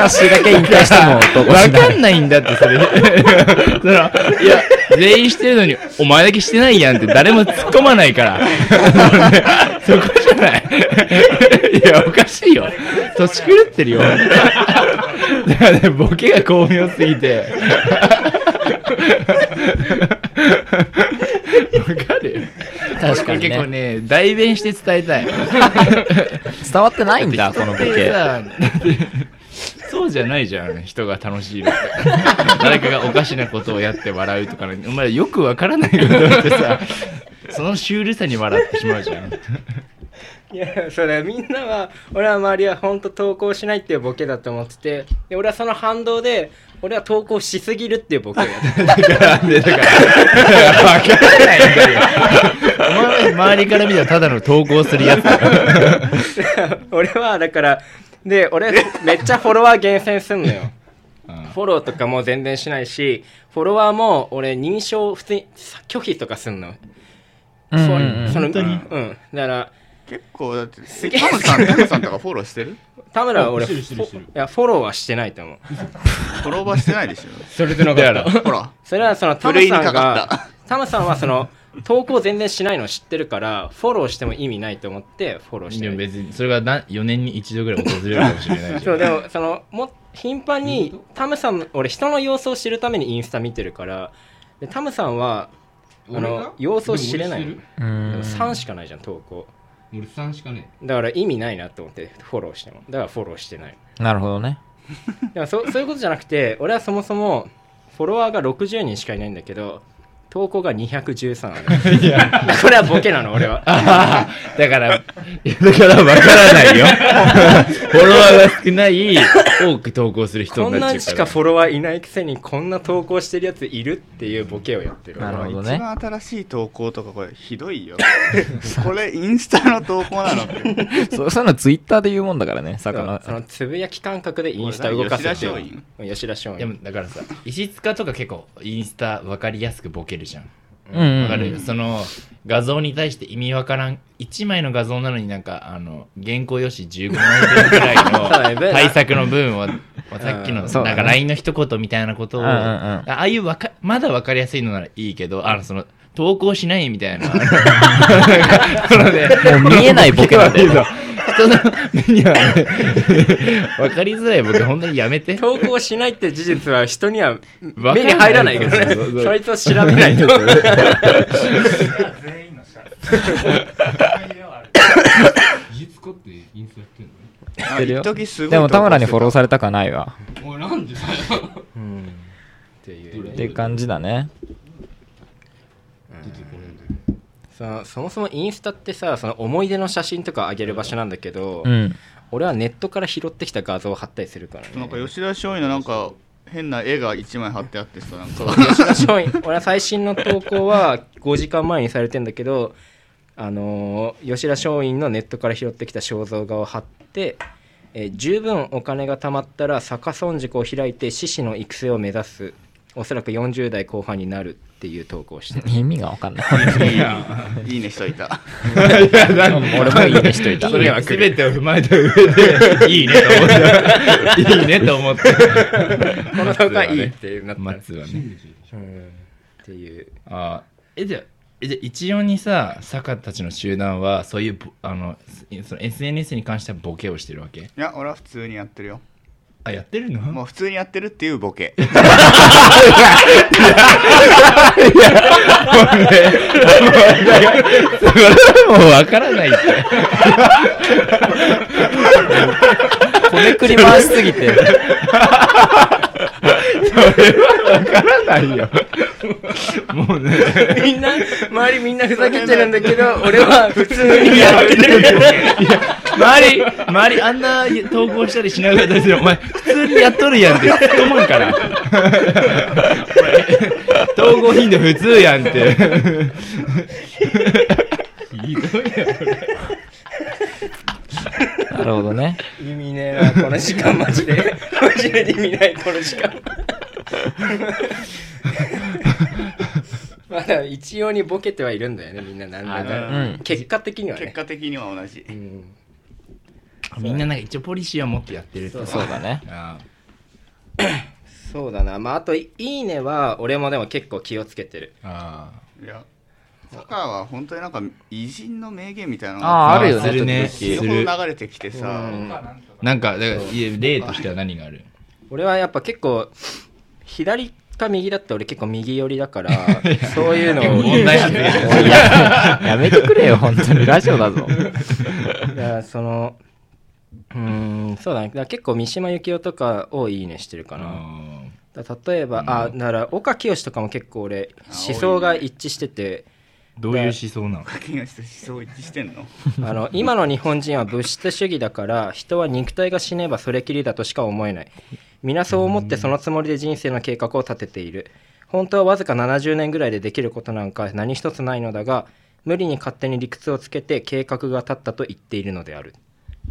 私だけ引退しても投稿
わ
しな
かん
い
ないんだってそれ <laughs> そのいや全員してるのにお前だけしてないやんって誰も突っ込まないから <laughs> そこじゃないいやおかしいよ年狂ってるよだからね <laughs> ボケが巧妙すぎてわか <laughs> る
<laughs> 確かにね
俺結構ね代弁して伝えたい
伝わってないんだこのボ
で
ケ
さ <laughs> そうそうじゃないじゃん人が楽しいのって誰かがおかしなことをやって笑うとかのお前よくわからないことってさそのシュールさに笑ってしまうじゃん
いやそれみんなは俺は周りは本当投稿しないっていうボケだと思っててで俺はその反動で俺は投稿しすぎるっていうボケだった
だからでだからわからないんだよお前周りから見たらただの投稿するやつだから
俺はだからで俺めっちゃフォロワー厳選すんのよフォローとかも全然しないしフォロワーも俺認証普通に拒否とかすんの、
うんうんうん
そその
本当に
うんだから
結構だってえタムさんタムさんとかフォローしてる
田村は俺
あ
フ
知る知る知
ォ
る
いやフォローはしてないと思う
フォローバーしてないでし
<laughs>
それでなかっ
だ
た
か
ょほら
それはそのタ
ふ
ム
るいに
さん
かか
が
っ
タムさんはその投稿全然しないの知ってるからフォローしても意味ないと思ってフォローして
でも
る
別にそれがな4年に一度ぐらい訪れるかもしれないじ
そ
ゃ
うんでもそのも頻繁にタムさんの俺人の様子を知るためにインスタ見てるからでタムさんはあの様子を知れないの
う
で
ん
も3しかないじゃん投稿
俺3しかね
だから意味ないなと思ってフォローしてもだからフォローしてない
なるほどね
でもそ <laughs> そういうことじゃなくて俺はそもそもフォロワーが60人しかいないんだけど投稿が213ある <laughs> これはボケなの俺は
あーだから、いやだからわからないよ。フォロワーが少ない、多く投稿する人
こ
に
ん
な
な
っちゃ
ん
うか
し
ら。
かフォロワーいないくせにこんな投稿してるやついるっていうボケをやってる
なるほど
一
ね
番新しい投稿とかこれひどいよこれインスタの投稿
<laughs>
なのって
そそういうのツイッターで言うもんだからね
そ
さか
の
の
そのつぶやき感覚でインスタ動かすっていう吉田松陰
でもだからさ、石塚とか結構インスタわかりやすくボケるじゃん。
うんうん
わかる、その画像に対して意味わからん1枚の画像なのになんかあの原稿用紙15枚分ぐらい
<laughs>
そうだね
の対策の部分をまあさっきの
うん
な
そ
ん
うだね
か LINE の一言みたいなことを
うんうんうん
ああいうわかまだわかりやすいのならいいけどあのその投稿しないみたい
<laughs>
なそのね
もう見えないボケなんだよ
人の目にはねわかりづらい僕本当にやめて
投稿しないって事実は人には
わか
目
んな
に
い
入らないけど <laughs> ね
そうそうそう
そいつを調べないと
全員の社。ではある。
技術家ってインスタやってん
あ
てるよ
一時すごい
でも田村にフォロー
ー
されたかないわ
のおいなんでさよ
っていう
っていう感じだね
出てこねえんだよ
<laughs> そのそもそもインスタってさその思い出の写真とかあげる場所なんだけど、
うん
俺はネットから拾ってきた画像を貼ったりするからね
なんか吉田松陰のなんか変な絵が一枚貼ってあってさなんか
吉田松陰俺は最新の投稿は5時間前にされてんだけどあのー吉田松陰のネットから拾ってきた肖像画を貼って、えー十分お金が貯まったら逆損塾を開いて獅子の育成を目指すおそらく40代後半になるっていう投稿をしてる
意味がわかんない
いいねしといた
俺もいいねしといた
それは全てを踏まえた上で、いいねと思って、いいねと <laughs> 思って。
この投稿はいいっていうなった、
松はね。
うんっていう
あーえ、じゃあ、えじゃあ一応にさ、坂たちの集団は、そういうぼ、あの、その SNS に関してはボケをしてるわけ
<laughs> いや俺は普通にやってるよ
あ、やってる <laughs> の
もう普通にやってるっていうボケ
それはもうわから <laughs> ないって。
こねくり回しすぎ <laughs> て
わからないよ。もうね、
みんな、周りみんなふざけてるんだけど、俺は普通にやってる。
周り、周りあんな投稿したりしなかったですよ。お前、普通にやっとるやんって突っ込まんから。お前投稿頻度普通やんって。ひどいや
なるほどね
意味ねえな、この時間マジで。マジで意味ない、この時間。まだ一様にボケてはいるんだよね、みんななんだかんだ
うん
結果的には
結
ね。
果的には同じ
うん
みんななんか一応ポリシーは持ってやってるってこと
そうだね
ああ
そうだな。まあ、あと、いいいねは、俺もでも結構気をつけてる。
ああ
いや坂は本当になんか偉人の名言みたいなの
あ
が
あるよね
するね。
死ぬ
す
ほ
る。
ど流れてきてさ、
なんか、だからいえ例としては何がある
俺はやっぱ結構、左か右だって俺結構右寄りだから、そういうのを。
問題発言
もうややめてくれよ本当にラジオだ
だ
ぞ
からそのうんそうだねだから結構三島由紀夫とかをいいねしてるかな、だから例えば、あなら岡清とかも結構俺
あ
思想が一致してて
どういう思想なの
柿の人思想一致してんの
あ
<laughs>
の今の日本人は物質主義だから人は肉体が死ねばそれきりだとしか思えない皆そう思ってそのつもりで人生の計画を立てている本当はわずか70年ぐらいでできることなんか何一つないのだが無理に勝手に理屈をつけて計画が立ったと言っているのである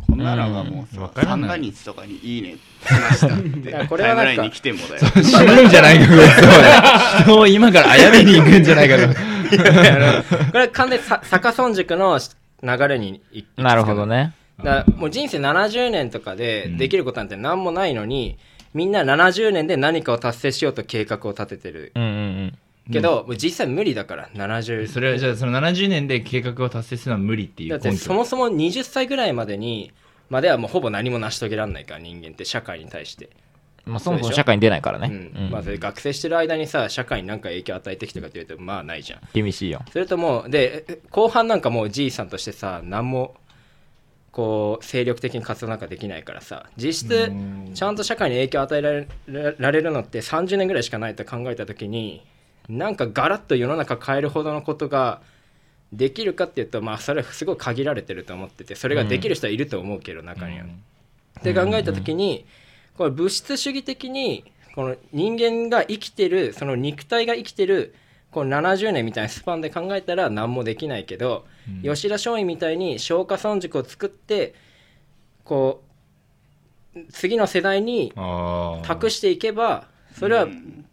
こんなのがもう
うんわか
さ
ら
三
な
が
い
日とかに「いいね」しましたっ
い <laughs>
てタ
や
イ
こ
ム
れはなんか
ラインに来てもだよ
死ぬんじゃないかこいつは人を今からあやめに行くんじゃないかと
これは完全にさ逆村塾の流れにい
なるほどね。
だからもう人生70年とかでできることなんて何もないのに、みんな70年で何かを達成しようと計画を立ててる
うんうん
けど、もう実際無理だから <laughs>
そ
70
れはじゃあその70年で計画を達成するのは無理ってい
だ
う
って
根
そ
拠
もそも20歳ぐらいまでにまではもうほぼ何も成し遂げられないから人間って社会に対して、
うん。まあ、そもそも社会に出ないからね。
うんまあ、それ学生してる間にさ社会に何か影響与えてきたかというとまあないじゃん
厳しいよ。
それともうでえ後半なんかもうじいさんとしてさ何もこう精力的に活動なんかできないからさ実質ちゃんと社会に影響を与えられらられるのって30年ぐらいしかないと考えた時になんかガラッと世の中変えるほどのことができるかっていうとまあそれはすごい限られてると思っててそれができる人はいると思うけど中には。って考えた時にこれ物質主義的にこの人間が生きてるその肉体が生きてるこの70年みたいなスパンで考えたら何もできないけど、吉田松陰みたいに消化村塾を作ってこう次の世代に
あー
託していけばそれは
うん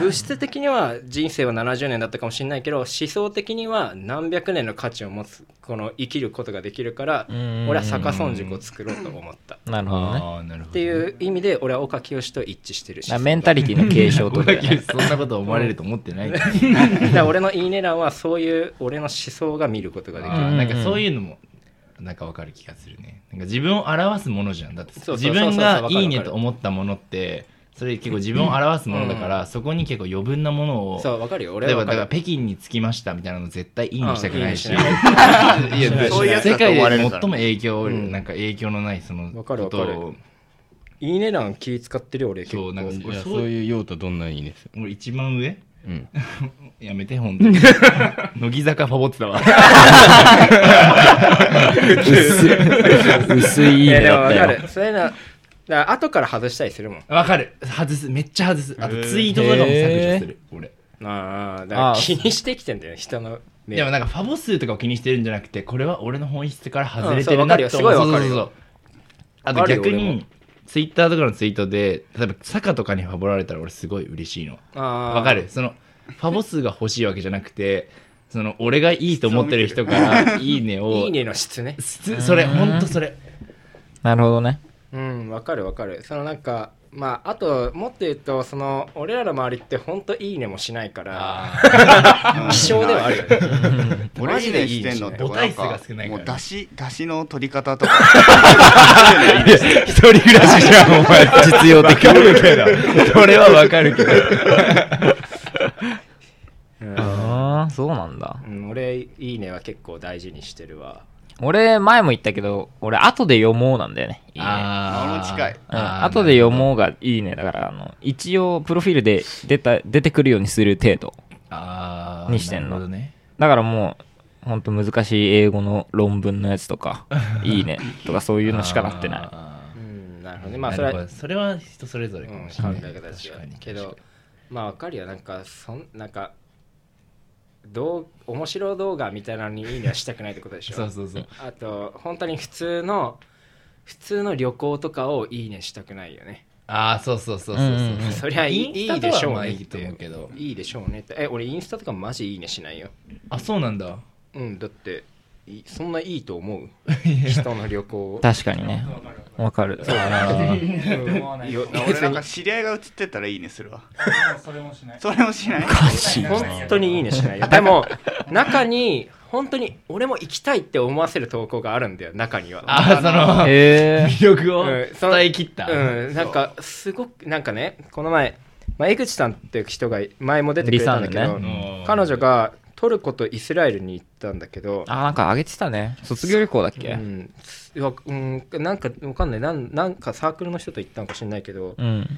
物質的には人生は70年だったかもしれないけど思想的には何百年の価値を持つこの生きることができるから
うん
俺は逆村塾を作ろうと思った。
なるほどね。
あーなるほど
っていう意味で俺は岡清と一致してるし
だからメンタリティの継承と
小
か、ね
<laughs> 垣、そんなこと思われると思ってない
だから俺のいいね欄はそういう俺の思想が見ることができ
あ
る
ーなんかそういうのもなんかわかる気がするねなんか自分を表すものじゃんだって
そうそ
自
うそうそう
分が
わかるわかる
いいねと思ったものってそれ結構自分を表すものだから、そこに結構余分なものを
そうわかるよ
例
俺
え
はわ
ばだ
か
から
る
北京に着きましたみたいなの絶対いいにしたくないし
うんいいね
いや
そういうやつ
世
だと
界で
思われ
最
る
も
から
影響を、
うん
なんか影響のないその
わ
こ
かるわか
と
る
を
いいね欄気使ってるよ俺結
そ
構
うなんか
いや
そ
そう
い
う
う
いう用途どんなにいいですよ
俺一番上
うん
<laughs> やめて本当に乃木坂ファボってたわ
<laughs>
薄い薄いいい
いや
ね
でもわ
だった
か
よ。
るそういうのだから後から外したりするもん
<laughs> わかる外すめっちゃ外すあとツイートとかも削除する俺
ああだから気にしてきてんだよ人の目
でもなんかファボ数とかを気にしてるんじゃなくてこれは俺の本質から外れ
うんそ
て
う
る
わか
な
るよ
と思う
すごいわかるよ
そうそうそうあ
わ
と
かるよ
逆
俺も
にツイッターとかのツイートで例えば坂とかにファボられたら俺すごい嬉しいのわ
わ
かるそのファボ数が欲しいわけじゃなくてその俺がいいと思ってる人から「いいね」を
いいねの質ね
すそれほんとそれ
なるほどね。
うんわかるわかるそのなんかまああともっと言うとその俺らの周りってほんといいねもしないから
<laughs>
希少ではあるよね
俺いいねしてんのって
マジでいいね母
なん
体数が少ないからね
もう出し出しの取り方とか
一人暮らしじゃん
<laughs>
お前実用的るけどそれはわかるけど
ああ、そうなんだ。
うん、俺いいねは結構大事にしてるわ
俺、前も言ったけど、俺、後で読もうなんだよね。いいね
あ
ー近い
うん、後で読もうがいいね。だから、あの、一応、プロフィールで出た、出てくるようにする程度。
あー
にしてんの
なるほどね
だからもう、ほんと難しい英語の論文のやつとか、いいねとかそういうのしかなってない。
あ
う
ー
んなるほどねまあ
な
そ
る
れ
ほど
は
それは人それぞれか
うん
も
考
しれない、
え方ですよ
確かに
け
確
ど
か
まあわかるよなんかそんなんかどう面白動画みたいなのにいいねはしたくないってことでし
に
ょ
そうそうそう
あと本当に普通の普通の旅行とかをいいねしたくないよね
ああそうそうそうそうそう、
うんうんうん
そりゃいい
インスタと
いいでし
は
ょうね
まあいいと思うけど
いいでしょうねってえ俺インスタとかマジいいねしないよ
あそうなんだ
うんだっていそんないいと思
<laughs>
う人の旅行を
確かにね。わかる。
思わない
よ
俺なんか知り合いが映ってたらいいねするわ
それもしない
それもしない
<laughs> 本当にいいねしないよでも中に本当に俺も行きたいって思わせる投稿があるんだよ中には
ああ
<laughs>
その
えー、
魅力を
うんその
伝え切った、
うんなんかすごくなんかねこの前、まあ、江口さんっていう人が前も出てくれたんだけ
リサー
ど、
ヌ
ねうん
彼女がトルコとイスラエルに行ったんだけど
あーなんかあげてたね卒業旅行だっけ
う
うん、
ん、いやうん、なんかわかんないなんなんかサークルの人と行ったのか知んないけど
うん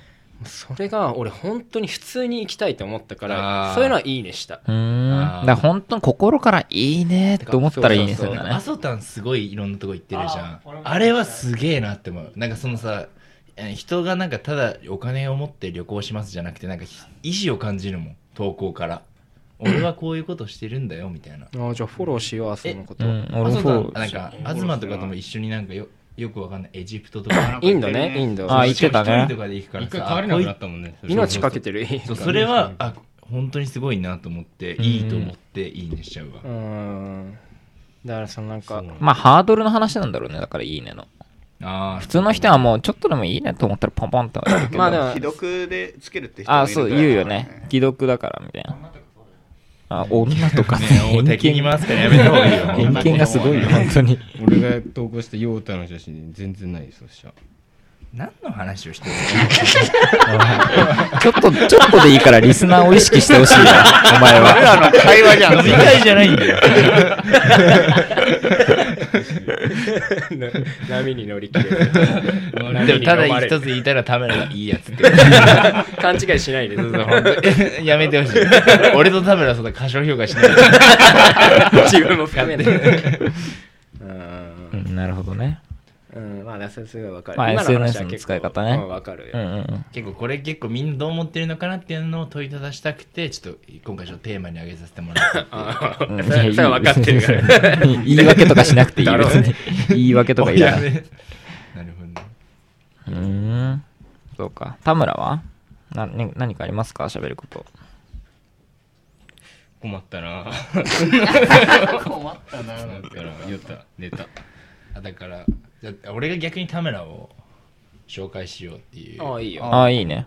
それが俺本当に普通に行きたいと思ったから
あー
そういうのはいいねした
うーんだ
あー
から本当に心からいいねって思ったらいいね
そう
そ
そう
れ
そう
だ
ア
ね
ソタンすごいいろんなとこ行ってるじゃん
あ俺も行き
あ
たい
れはすげえなって思うなんかそのさえー人がなんかただお金を持って旅行しますじゃなくてなんかひ意志を感じるもん投稿から俺はこういうことしてるんだよみたいな
あーじゃあフォローしようあそのこと、
うん
あ
俺も
そう
そう
だなんか東とかとも一緒になんかよよくわかんないエジプトとか
インドねインド
<laughs> あー行ってたね
一人とかで行くから
一
さ
回帰れなくなったもんね。
命かけてるいい
そうそれはあ本当にすごいなと思っていいと思っていいねしちゃうわ、
うんだからそのなんか
そう
まあハードルの話なんだろうねだからいいねの
あー
普通の人はもうちょっとでもいいねと思ったらポンポンってあるけど
まあでも
既読でつけるって人もい
あ
る
ーそう
ぐらい
言うよ
だから
ね既読だからみたいな
女とかそうだよ
あ女とかね
ねえ、お
偏
敵に
見
回すからやめた方がいいよ。
偏見がすごいよ本当に
俺が投稿したヨータの写真全然ないよそしたら
何の話をしてる
ちょっと、ちょっとでいいからリスナーを意識してほしいな、お前
俺
は。
らの会話じゃん
の飲み会じゃないんだよ。
波に乗り切れ
<laughs>
る
でもただ一つ言いたらためらがいいやつって。
勘違いし
<laughs>
ないで
やめてほしい。俺と田村はそんな過小評価しないで。
自分も含めてうん
うんなるほどね。
うん、まあ、それすごいわかる。
まあ
今の話
SNS
は
の
結構
使い方ね
うんわかるよ
うんうんうん。
結構これ結構みんなどう思ってるのかなっていうのを問いただしたくて、ちょっと今回ちょっとテーマに挙げさせてもらったっていう。
あ
うん
ーそれそれは分かってるから。
言い訳とかしなくていい、
だろ
別
う
に。言い訳とか <laughs> いらない。う
なるほどね。
ーん。そうか。田村はな、ね、何かありますか喋ること。
困ったな
困ったな
困ったなヨータ出た
あだから、じゃあ俺が逆に田村を紹介しようっていう。
ああ、いいよ。
ああ、いいね。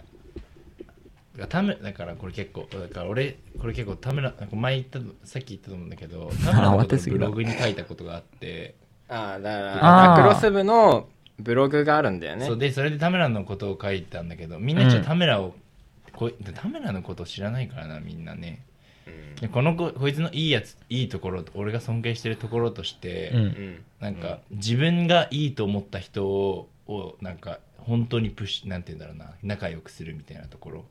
田村だからこれ結構だから俺これ結構田村なんか前言ったとさっき言ったと思うんだ
<laughs>
けど田村のこと
慌てすぎ
ブ
だ
ログに書いたことがあって
ああ、だか
あ
ら、
ー
ラクロス部のブログがあるんだよね
そう。でそれで田村のことを書いたんだけどみんなちょ
う
っ
ん
と田村を、こい田村のことを知らないからなみんなねでこの子こいつのいいやついいところ俺が尊敬してるところとして、
うん
う。ん。
なんか自分がいいと思った人ををなんか本当にプッシュなんて言うんだろうな仲良くするみたいなところ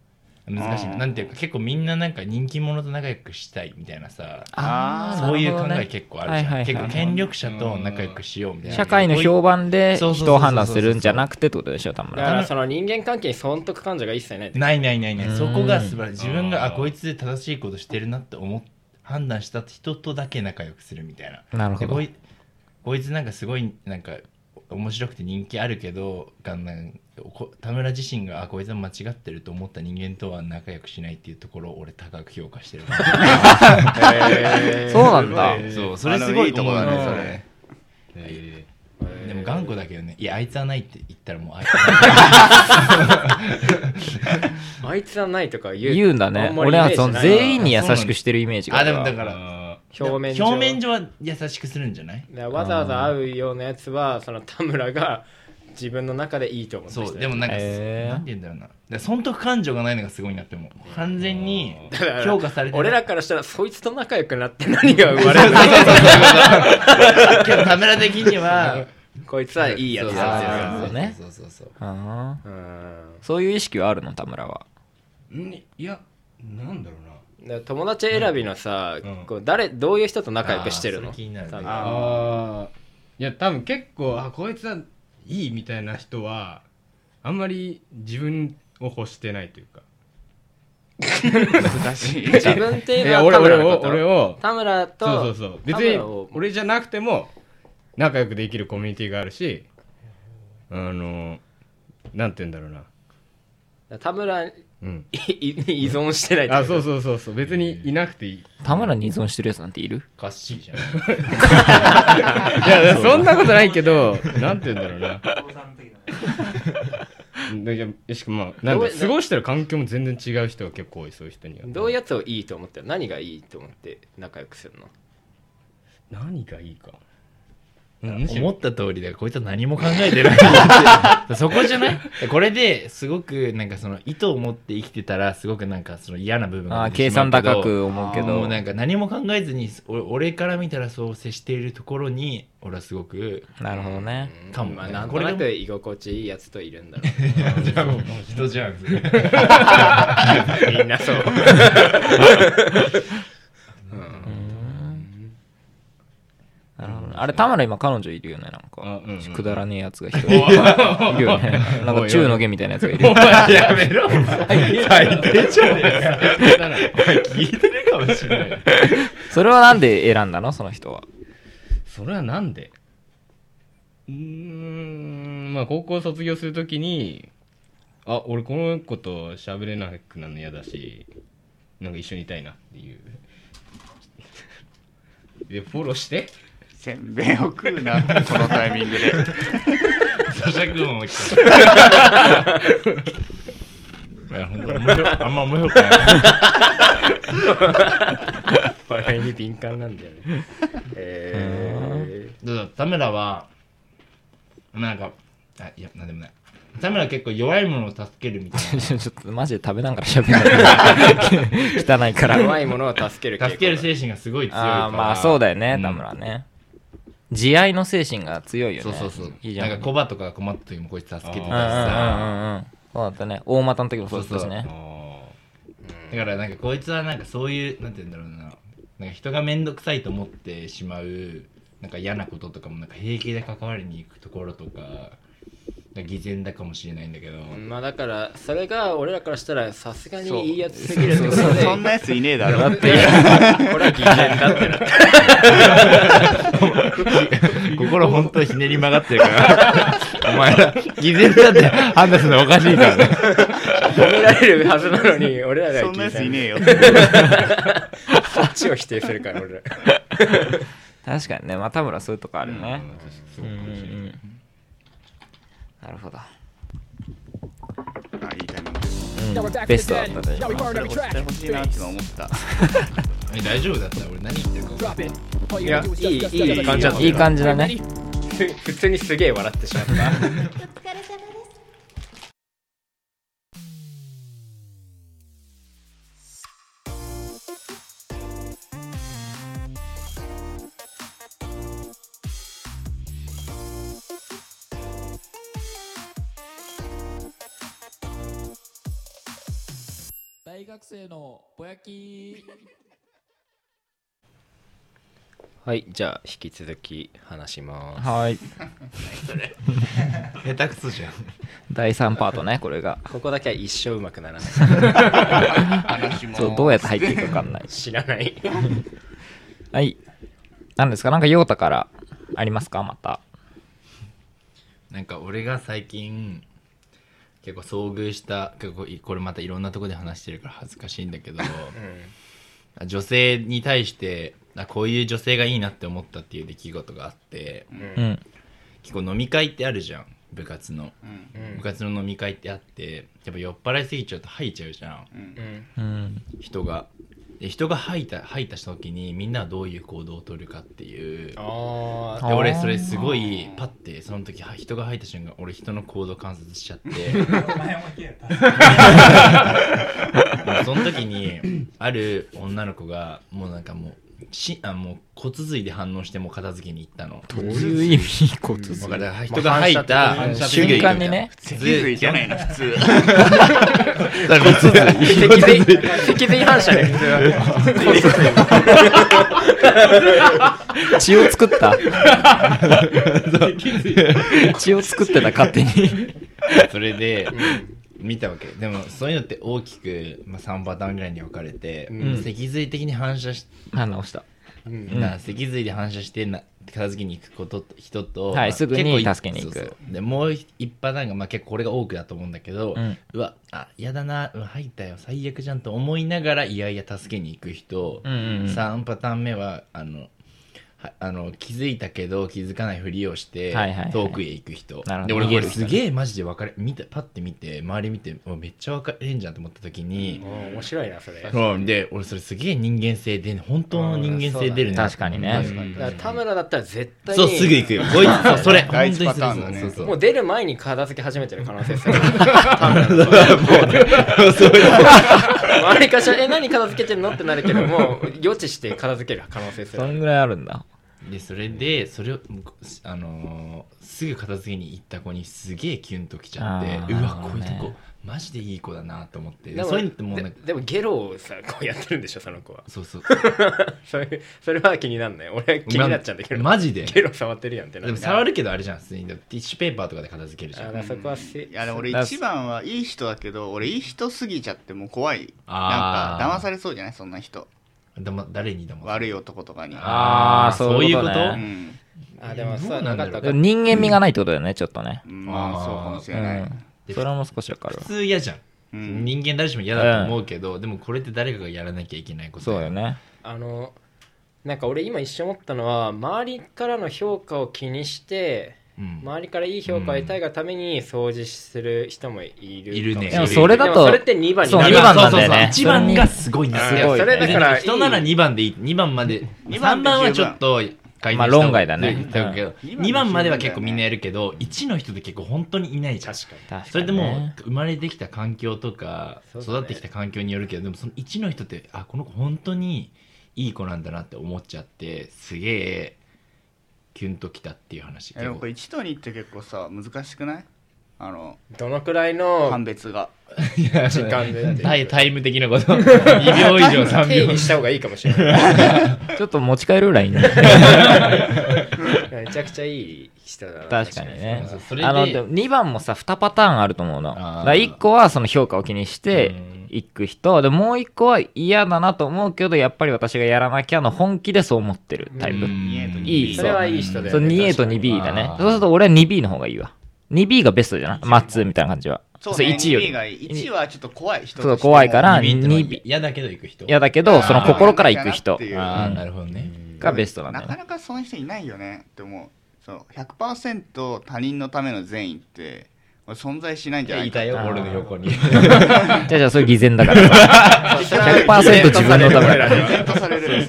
難しいな
あー
なんていうか結構みんななんか人気者と仲良くしたいみたいなさ
あー
そういう考え
ね
結構あるじ
は
ゃん、
いはいはい
結構権力者と仲良くしようみたいな
社会の評判で
そうそうそうそう
人を判断するんじゃなくてってことでしょ、田
だ
村
か。ら、その人間関係に損得感情が一切ない。
ないないないないそこが素晴らしい自分が
あ
あ
ー
こいつ正しいことしてるなって思っ判断した人とだけ仲良くするみたいな
なるほ
で
ど
こ。いこいつなんかすごいなんか面白くて人気あるけどがなんこ田村自身があこいつは間違ってると思った人間とは仲良くしないっていうところを俺高く評価してる
そうなんだ。
そうそれすごい
いいとこだ
思う
ね
の
それ
え
でも頑固だけどねいやあいつはないって言ったらもうあいつ <laughs>
あいつはないとか言う。
言うんだ
あ
ね。
んまりイメ
俺
ー
は
ジ
そ
な
の
いな
全員に優しくしてるイメージが
あ
ある
で
わ。
もだから
あ
表面上。
表面上は優しくするんじゃない
だからわざわざ会うようなやつは、その田村が自分の中でいいと思って
そうでもなんか、
へー
なんて言うんだろうなだから損得感情がないのがすごいなって思う完全に評価されて
俺らからしたら、そいつと仲良くなって何が生まれるの
けどカメラ的には
こいつはいいやつだ
あー
そうそうそう
ね
そうそうそう
あー
うん。
そういう意識はあるの、田村は。
んいやなんだろうな
だから友達選びのさ、
うん
こう誰どういう人と仲良くしてる
あ
の
ーそれ気になるね
多分
あ
ああいや多分結構あこいつはいいみたいな人はあんまり自分を欲してないというか
難しい
自分ってい
いう
の
や
は
俺
田
俺
村の
を
こ
俺
と
を
田村と
そうそうそう別
田
に
村を
俺じゃなくても仲良くできるコミュニティがあるしあのなんて言うんだろうな
田村に
うん
に依存してないってこと
あそうそうそうそう別にいなくて
<laughs>
いい
田村に依存してるやつなんている
おかしいじゃん
いやそんなことないけどなんて言うんだろうな
お父さんの時だね
でいやしかもまあなん
どう
だ過ごしてる環境も全然違う人が結構多いそういう人には
どういうやつをいいと思ってる何がいいと思って仲良くするの
何がいいかうんむしろ
思った通りだよこいつは何も考えてないそこじゃない <laughs> これですごくなんかその意図を持って生きてたらすごくなんかその嫌な部分
あ
が
あ
出て
計
しま
算
うけど
高く思うけ
もう
ど
なんか何も考えずに俺俺から見たらそう接しているところに俺はすごく
なるほどね
かもね
まあ、なんとな
こ
く
れ
居心地いいやつといるんだろ
じゃあもう人じゃん
うみんなそう
うんなるほどねあれ田村今彼女いるよねなん
あ
か
うんうん
くだらねえやつが一人いるよね <laughs> なんか中の下みたいなやつがいるよね
<laughs> やめろ <laughs> 最低じゃねえかお前聞いてるかもしれない
それはなんで選んだのその人
<laughs>
は
<laughs> それはなんでうーんまあ高校卒業するときにあ俺この子と喋れなくなるの嫌だしなんか一緒にいたいなっていうでフォローして
せんべいを食うなこのタイミングで
咀嚼音を
<laughs>
聞くいや本当面 <laughs> 白いあんま面白くない
<laughs> 笑いに敏感なんだよ <laughs> ねえ
どうぞ田村はなんかあいやなんでもない田村は結構弱いものを助けるみたい
<laughs> ちょっとマジで食べながら喋る <laughs> 汚いか
<laughs>
ー、弱
ら
いものを <laughs> 助ける傾向
な
だ
助ける精神がすごい強いから
ああまあそうだよね
ん
田村ね慈愛の精神が強いよね
そうそうそう
いいじゃ
なんんかコバとかが困った時もこいつ助けてたし
うんうんうん
さ
うんうんそうだったね大股の時もそうだったしね
だからなんかこいつはなんかそういうなんて言うんだろうななんか人が面倒くさいと思ってしまうなんか嫌なこととかもなんか平気で関わりに行くところとかなんか偽善だかもしれないんだけど、
まあだからそれが俺らからしたらさすが
そう
にいいやつすぎるってことで
そんなやついねえだ
だ
ろ
って
<laughs> これは偽善だってなって
心本当にひねり曲がってるからお前ら偽善だって判断するのおかしいからね
褒められるはずなのに俺ら
そ
が
んなや
偽
つい
善
ねえ
<laughs>
よ
そっちを否定するから俺ら
確かにねまあ田村はそういうとこあるよね
そうかもしれない
なるほど
あいいタイミン
うんベストだったでしょ
グこれ押してほしいなって思った
<laughs> え大丈夫だったら俺何言ってるか分かんない
<laughs> いやいいいい感じだった
いい感じだね
ふ普通にすげえ笑ってしまった
お疲れ様です。
大学生のぼやき
<laughs> はいじゃあ引き続き話します
はい
下手くそじゃん
第3パートねこれが
ここだけは一生うまくならない
話も
そうどうやって入っていくか分かんない
知らない <laughs>
はい何ですかなんか陽太からありますかまた
なんか俺が最近結構遭遇した結構いこれまたいろんなとこで話してるから恥ずかしいんだ <laughs> けど、女性に対してあこういう女性がいいなって思ったっていう出来事があって
うん
結構飲み会ってあるじゃん部活の、
うん
部活の飲み会ってあってやっぱ酔っ払いすぎちゃうと吐いちゃうじゃん
うん
人がで人が吐いた吐いた時にみんなはどういう行動を取るかっていう
あ
で俺それすごいパッてその時は人が入った瞬間俺人の行動観察しちゃってその時にある女の子がもうなんかもうしあもう骨髄で反応してもう片付けに行ったの。
どういう意味骨髄
だから人が吐いた
反射
手
的
芸
瞬間にね
脊
<laughs>
髄じゃないの普通
だから骨髄
脊髄脊髄反射 <laughs> ね
血を作った
<laughs>
<laughs> 血を作ってた勝手に <laughs>
それで見たわけでもそういうのって大きく、まあ、3パターンぐらいに分かれて、
うん
脊髄的に反射し
あ直した
うん
な脊髄で反射してな片付けに行くことと人と、
はい
まあ
すぐに
結構い
助けに行く
そうそうでもう一パターンが、まあ、結構これが多くだと思うんだけ
う
ど、うんわあ嫌だなうわ入ったよ最悪じゃんと思いながらいやいや助けに行く人、
うんうんうん
3パターン目はあのはあの気づいたけど気づかないふりをして、
はいはいはい
遠くへ行く人
なるほど
で俺
逃
こ
げ
れ
る人
すげえマジで分かれ見てパッて見て周り見てうわめっちゃ分かれんじゃんと思った時に、
うん面白いなそれ
そうで俺それすげえ人間性で本当の人間性出るな
確かにね
確か
だから田村だったら絶対に
そうすぐ行
<laughs>
くよこいつそうそれ
第
本当
一
に
パターンだね
そうそう
も
そう
う出る前に片付け始めてる可能性ですよ
<laughs>
周りからしたら「え何片付けてんの?」ってなるけどもう予知して片付ける可能性です
そ
よ
んぐらいあるんだ
でそれでそれをあのーすぐ片付けに行った子にすげえキュンときちゃ
あ
ってう
ーなる
わ
ほど
こういう
ね
とこマジでいい子だなと思って
でも
そういうのってもうな
で
んか
でもゲロをさこうやってるんでしょその子は <laughs>
そうそう
それそれは気になんない俺気になっちゃうんだけど
マジで
ゲロ触ってるやんってな
で
る
も触るけどあれじゃん普通にティッシュペーパーとかで片付けるじ
あ
ゃ
だ
ん
からそこはせ
いやでも俺
だ
一番はいい人だけど俺いい人すぎちゃってもう怖いな
あ
ん
ー
か騙されそうじゃないそんな人
だま誰にでも
悪い男とかに
あ
あーそういうこと
う
ね
ん
あでも
ど
そう
う
な
なん
か
んだ
っ
ろう
た
でも人間味がないってことだよねちょっとね
まあそうかもし
う
れない
んそれも少しわかるわ
普通嫌じゃん、
うん
人間誰しも嫌だと思うけど、でもこれって誰かがやらなきゃいけないこと
そうだよね
あのなんか俺今一瞬思ったのは周りからの評価を気にして
うん
周りからいい評価を得たいがために掃除する人もいる
いるね
かもし
でもそれ
な
だと
でもそれって2番に
そう
な
二
る
番なんだよね
そうそうそう1番がすごいんです
い
よ
やそれだから
人なら2番でいい2番まで
二
3
番
番
で十分
はちょっと改善した方
ま
が
あ論外だね
言ったけど
うん
2番までは結構みんなやるけど1の人って結構本当にいないじゃん
確かに
確かにね
それでもう生まれてきた環境とか
そうだね
育ってきた環境によるけどでもその1の人ってあこの子本当にいい子なんだなって思っちゃってすげえキュンときたっていう話
えで
結
もこ
構
れ1と2って結構さ難しくないあの
どのくらいの
判別が
<laughs>
時間で
タイタイム的
<laughs>
なこと2秒以上3
定
秒
義した方がいいかもしれない
ちょっと持ち帰るラインね
めちゃくちゃいい人だな
確かにね
そうそれで
あのでも2番もさ2パターンあると思うのだ
あー
から1個はその評価を気にして
うん
いく人でもう1個は嫌だなと思うけどやっぱり私がやらなきゃの本気でそう思ってるタイプ
うん
いい
それはいい人だ
そ
よ
う
ね
2A と
確かに
2B だね
あー
そうすると俺は 2B の方がいいわ 2B がベストじゃないマッツーみたいな感じは
そう
れ
ね
1よ
2
り
がいい1はちょっと怖い人
そう怖いから
2ってのは
2
嫌だけど行く人
嫌だけどその心から行く
あ
人
ー
ああ、
うん
なるほどね。
がベストなんだよ
なか
ね
なかその人いないよねって思うその100%他人のための善意って俺存在しないんじゃない
い
か
たよ、
あー
俺の横に。
じゃあじゃあそれ偽善だから100%自分のため
<laughs>
だ
イベントされる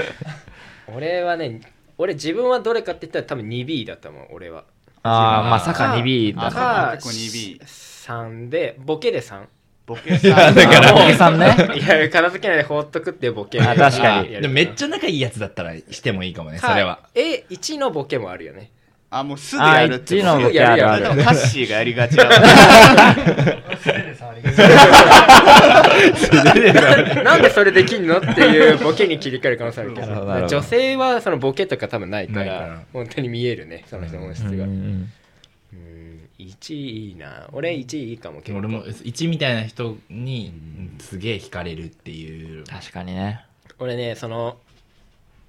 <laughs>
俺はね俺自分はどれかって言ったら多分 2B だと思う俺は
ああまさか 2B
あ
だ
そう
か
結構 2B
3でボケで3
ボケさん
だから
あ大げさんね
いや片付けないで放っとくっていうボケ
あ確かに
や
で
る
もめっちゃ仲いいやつだったらしてもいいかもね、そ
か
れは。
え1のボケもあるよね
あもうすぐやるって
あ一のボケあるある
でもカッシーがやりがちだから
<laughs> なんでそれできんのっていうボケに切り替える可能性あるけど
なるほどなるほど
女性はそのボケとか多分ないから
ないから
本当に見えるねその人の本質
うんう
がうん
ん
1位いいな俺1位いいかも結構
俺も1みたいな人にうんすげえ惹かれるっていう。
確かにね
俺ねその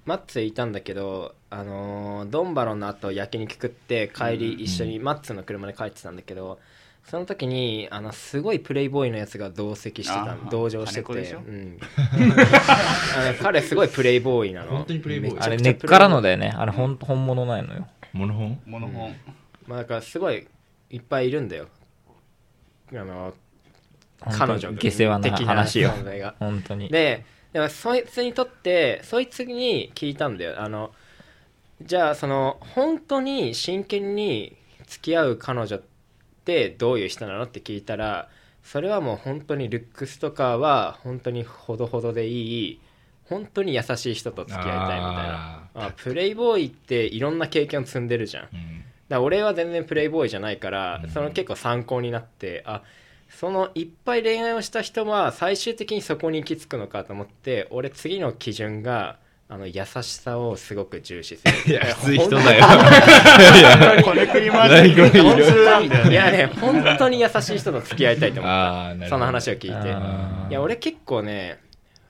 マッツいたんだけどあのードンバロンの後焼肉食って帰り一緒にマッツの車で帰ってたんだけど、その時にあのすごいプレイボーイのやつが同席してた
あー
同乗してて、
金子でし
う
ょ <laughs>
ん、あの彼すごいプレイボーイなの
本当にプレイボーイ
め
あれ
ちゃくち
根
ゃ
っからの
プレイボーイ
だよねあれほん本物ないのよ
モノホン
モノホン
まあだからすごいいっぱいいるんだよあの
本当
彼
に
女
下世話な
的
話よ
存在が
本当に
ででもそいつにとってそいつに聞いたんだよあのじゃあその本当に真剣に付き合う彼女ってどういう人なのって聞いたらそれはもう本当にルックスとかは本当にほどほどでいい本当に優しい人と付き合いたいみたいな
あ
あプレイボーイっていろんな経験を積んでるじゃん
ーうん
だから俺は全然プレイボーイじゃないから、
うん
その結構参考になってあそのいっぱい恋愛をした人は最終的にそこに行き着くのかと思って俺次の基準があの優しさをすごく重視する
いや、普通人だよ。
これくり回し
何これ
本当なんだよ
い
ね
やね本当に優しい人と付き合いたいと思っ
<laughs> ああ、な
た
る
その
ほど。
話を聞いて
あー
いや俺結構ね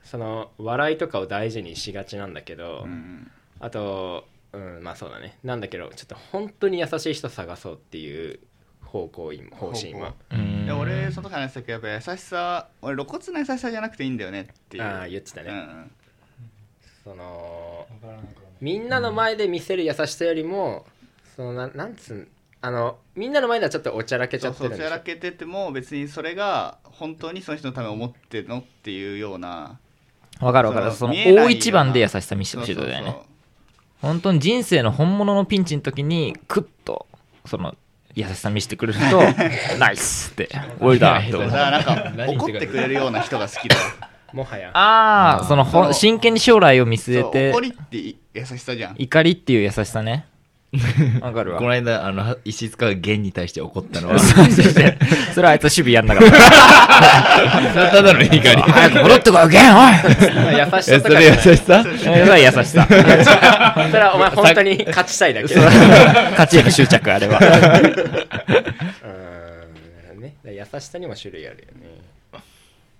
その笑いとかを大事にしがちなんだけど、
うん
あとうんまあそうだねなんだけどちょっと本当に優しい人探そうっていう方向今方針は
うん
で俺その時話したけどやっぱ優しさ俺露骨な優しさじゃなくていいんだよねっていう
ああ言ってたね、
うん
そのみんなの前で見せる優しさよりもそのななんつうんあのみんなの前ではちょっとおちゃらけち
そ
ゃ
う
って
そ
る
う
で
んそ
し
や
ょ
らけてても別にそれが本当にその人のために思ってんのっていうような
わかるわかる。そ
そう
の
見えないような
大一番で優しさ見せてほ
そう
し
そ
いうとこ
そう
だよね。本当に人生の本物のピンチの時に、クッと、その、優しさ見せてくれる
<laughs>
と、ナイスって、俺だって思
だ
う
か。らなんか怒ってくれるような人が好きだよ
もはや
ああ、そのほん、真剣に将来を見据え
そう
て
怒、りって優しさじゃん
怒りっていう優しさ
<laughs>
ね。わかるわ <laughs>
この。間あの石塚が弦に対して怒ったのは
それはあいつ守備やんなかった。
ただの怒り
早く戻ってこい、ゲンおい
優し
え
さ
<laughs> そ
とかじゃ
れ優
ない
しさ
それは優しさ。
それはお前本当に勝ちたいだけ
勝ちへの執着、あれは。
うんね優しさにも種類あるよね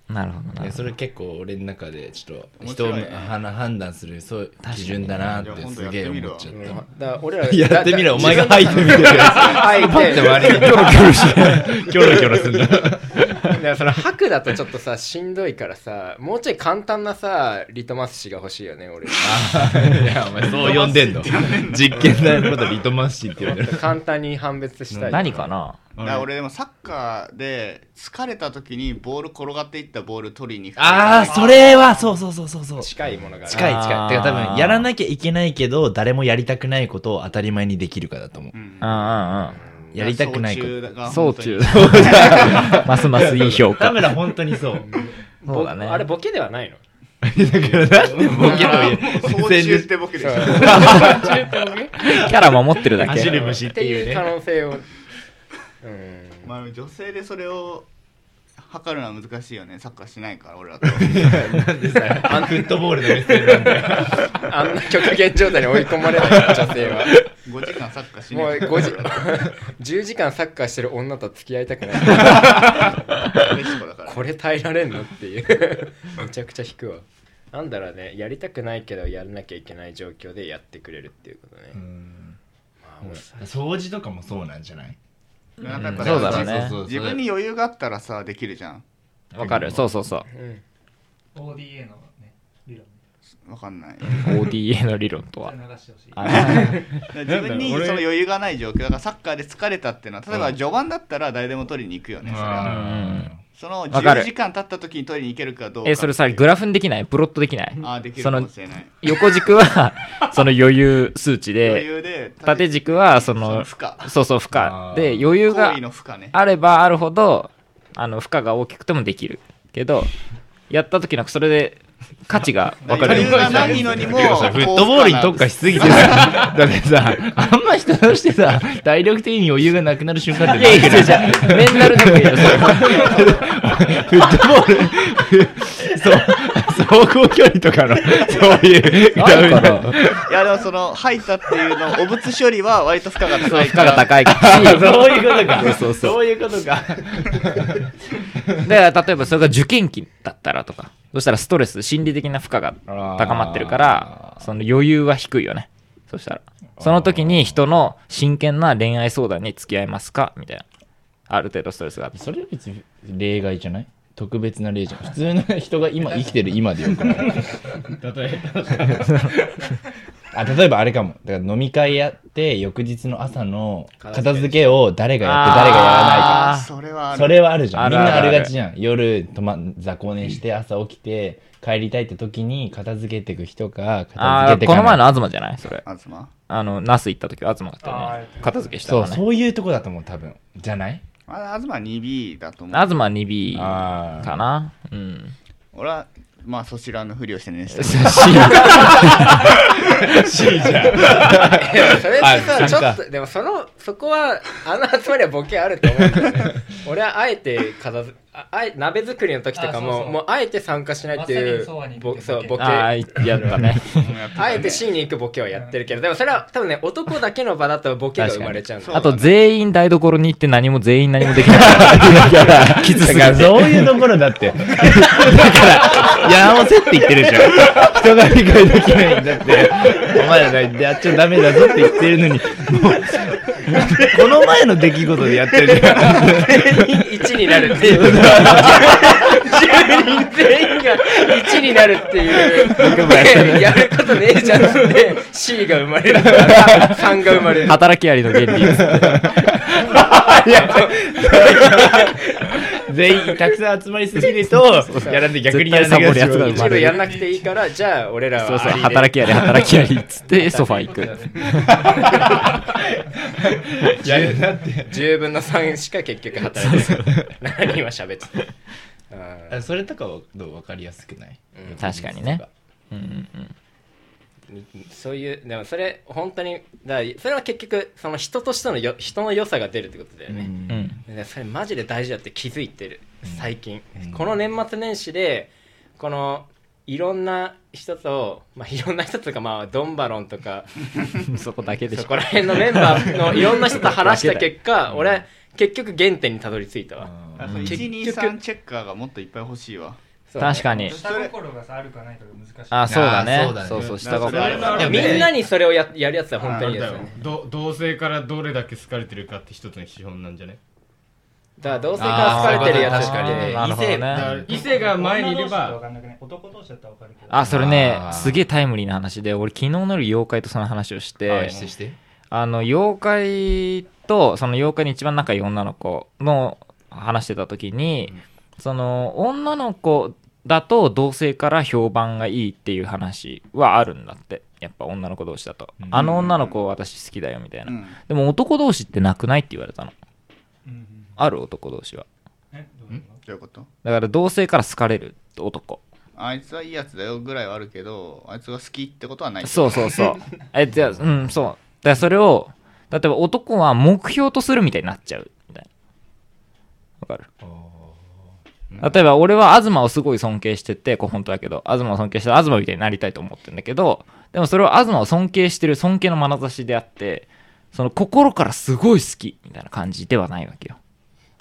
なるほどなる
え
ほど。
それ結構俺の中でちょっと
面
人を
白いね
判判断するそう基準だなっ
い
て
や
すげえ思っちゃっ
今
うんだから俺ら
たやってみろお前が
入
吐いてみてる
いて
<laughs> 割にキョロキョロしてキョロキョロすんだ
だからその吐くだとちょっとさしんどいからさもうちょい簡単なさリトマス紙が欲しいよね俺
いやお前そう呼ん <laughs> でんの実験台のことリトマス紙って呼んでる
簡単に判別したい
何かな
だから俺でもサッカーで疲れた時にボール転がっていったボール取りに行く
ああそれはそうそうそうそうそう
近いものがある
近い
あー
近いてか多分やらなきゃいけないけど誰もやりたくないことを当たり前にできるかだと思う
うん
うんうんうん。
やりたくないこ
早
と
中が
総
本当に
中。ますますいい評価。
田村本当に <laughs> そう
ぼ
そうだね。
あれボケではないの
だからなんでボケ
あ
<laughs> の
ーもう総中って僕でしょ
<laughs>
キャラ守ってるだ
走
け。
る虫っ
って
ていう
いう可
ね
能性をうん
まあ、女性でそれを測るのは難しいよねサッカーしないから俺らと
フットボールの目線なんだよ
あんな極限状態に追い込まれないから女性は
5時間サッカーし
もう
ない
5時 <laughs> 10時間サッカーしてる女と付き合いたくない
メキシコだから
これ耐えられんのっていう <laughs> めちゃくちゃ引くわなんだろうねやりたくないけどやらなきゃいけない状況でやってくれるっていうことね、まあおさ
掃除とかもそうなんじゃない
なんかやっぱ
そうだろうね
そうそう
自分に余裕があったらさできるじゃん
わかる。そうそうそう。
うん、
ODA のね、理論。
わかんない
ODA の理論と
そ
は
れ。流してほしい。
自分にその余裕がない状況だからサッカーで疲れたっていうのは例えば序盤だったら誰でも取りに行くよねそれは
あ
その
わかる
10時間経った時に取りに行けるかどう
<laughs>
か
え、それさ、グラフにできないプロットできない
あーできる
そ
かも
の
しれない
横軸は、その余裕数値
余
で、
裕で
縦軸は、そ
そ
の
の、負荷
そうそう、負
あ
荷。
ー
で、余裕
行
が
為の負荷ね
あればあるほど、あの、負荷が大きくてもできる。けど、やった時なんかそれで、価値 <laughs> がわか
余
る
裕。がないのにも
フットボールに特化しすぎてさ、だってさ、あんま人としてさ、体力的に余裕がなくなる瞬間って
いやいや、違う違うメンタルでもいいよ、それ
フットボー <laughs> ル、そう、走行距離とかの、そういう、
あるから。
いやでもその吐いたっていうのお物処理は割と負荷が
そう
高い
負
か
荷
ら
が高いから
あそういうことか。
そうそう
そういうことか。
だから例えばそれが受験期だったらとかそしたらストレス心理的な負荷が高まってるからその余裕は低いよねそしたらその時に人の真剣な恋愛相談に付き合いますかみたいなある程度ストレスがあって
それ別に例外じゃない特別な例じゃん。普通の人が今生きてる今でよくない
例え
<laughs> あ例えばあれかもだから飲み会やって翌日の朝の片付けを誰がやって誰がやらないか
あーそれはある
それはあるじゃん
あるあ
みん
るあ
な
る
あるがちじゃん夜と、ま、雑魚寝して朝起きて帰りたいって時に片付けてく人か片
ああ
付けて
こ
か
の前
ない
の東じゃないそれ
あずま
あの那須行った時東があってね片付けしたか
そ
ら
う
ね
そういうとこだと思う多分じゃない
あずま 2B だと思う
東 2B か
ああ
なうん
俺はまあそちらのふりをしてね
それって
あ
さち
そ
ょ
っか
っとでもそのそこはあの集まりはボケあると思うんだよね <laughs> 俺はあえて片づああえ鍋作りの時とかも
あそうそう
もうあえて参加しないっていう
まさにそうは
ぼ
に
そうボケ
ああ
あ
やった <laughs> ね
えて C に行くボケはやってるけどでもそれは多分ね男だけの場だとボケが生まれちゃうんだよ
確か
あと全員台所に行って何も全員何もできない <laughs> きつす
だ
ぎ
から
て
<laughs> そういうところだってだからやらせって言ってるじゃん人が理解できないんだってお前らがやっちゃダメだぞって言ってるのにもうこの前の出来事でやってるじゃん
1になるっていう10人全員が1になるって <laughs> いうねやることねえじゃんって C が生まれるから3が生まれる
働きありの原理です。
全員たくさん集まりすぎるとやらんで逆にやらなきゃ
絶対サボるやつが生ま
一
れ
部
る
やんなくていいからじゃあ俺らは
そうそう、
アリで
働きあり、働きありっつ <laughs> って、ソファ行く。
やるなって
10分の3しか結局働いてない何今喋ってたあ
あそれとかはどう分かりやすくない
ー
確かにねうんうんう
う
ん
んそういうでもそれ本当にだからそれは結局その人としてのよ人の良さが出るってことだよ
う
ね、
ん
うん。
でそれマジで大事だって気づいてる最近、
うん
この年末年始でこのいろんな人と、まあ、いろんな人とか、まあ、ドンバロンとか
そこだけでし
そ
ょ
こ。ら辺のメンバーのいろんな人と話した結果俺結局原点にたどり着いたわ、
あ
う
そうん123チェッカーがもっといっぱい欲しいわ
そうね
確かに。
下心がさあるかないかが難しい。
あ、そうだ
あ
ね
そうだ。ね
そうそう、下が
それは
でもみんなにそれをややるやつは本当
あ
にい
れ
いや
だ
つ
よ
よね
ど同性からどれだけ好かれてるかって一つの基本なんじゃね
だから同性から好かれてるやつ
あー確かにね
なるほど
異性だ
ね。
異性が前にいれ
わ
ば
かんなくね。男同士だったらわかるけど。
あ、それね
あ、ー
すげえタイムリーな話で、俺昨日の夜妖怪とその話をして、
してして
あの、妖怪と、その妖怪に一番仲いい女の子の話してた時に、その、女の子だと同性から評判がいいっていう話はあるんだって。やっぱ女の子同士だと。
うん
あの女の子私好きだよみたいな
う。ん
でも男同士ってなくないって言われたの。
うんうん
ある男同士は。
えどういうの
どういうこと
だから同性から好かれる男。
あいつはいいやつだよぐらいはあるけどあいつが好きってことはない
そうそうそう。え、じゃあ、うん、そう。だからそれを、例えば男は目標とするみたいになっちゃう。みたいな。わかる例えば俺は東をすごい尊敬してて、これ本当だけど、東を尊敬して東みたいになりたいと思ってるんだけど、でもそれは東を尊敬してる尊敬の眼差しであって、その心からすごい好きみたいな感じではないわけよ。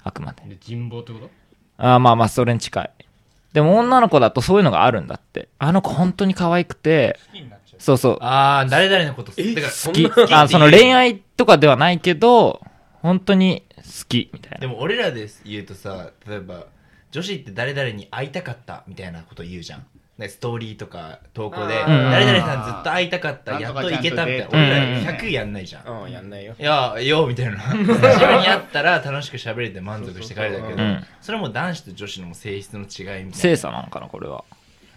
あくまで。
で人望ってこと
あーまあまあ、それに近い。でも女の子だとそういうのがあるんだって。あの子本当に可愛くて、
好きになっちゃう。
そうそう。
ああ誰々のこと好きだから
好き。あその恋愛とかではないけど、本当に好きみたい
で
な。
も俺らで言うとさ例えば女子って誰々に会いたかったみたいなこと言うじゃんねストーリーとか投稿で
あ
ー
誰々さんずっと会いたかった
うん
やっと行けたみたいな
なんとかちゃんと
俺ら
デート
100やんないじゃん、
うんやんないよ
いやよみたいな久しぶりに会ったら楽しく喋れて満足して帰るだけど
うん
それも男子と女子のもう性質の違いみたい
精
な
査なのかな、これは。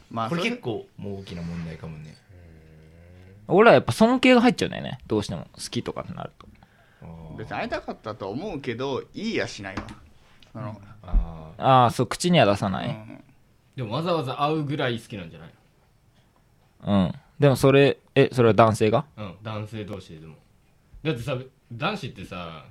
まあ
これ
それ
結構もう大きな問題かもね
俺はやっぱ尊敬が入っちゃうんだよね。どうしても。好きとかになると。
別に会いたかったと思うけどいいやしないわその
あー
ああ、そう、口には出さな
う
い。
ん
でもわざわざ会うぐらい好きなんじゃない
うん。でもそれ、え、それは男性が
うん男性同士ででもだってさ男子ってさ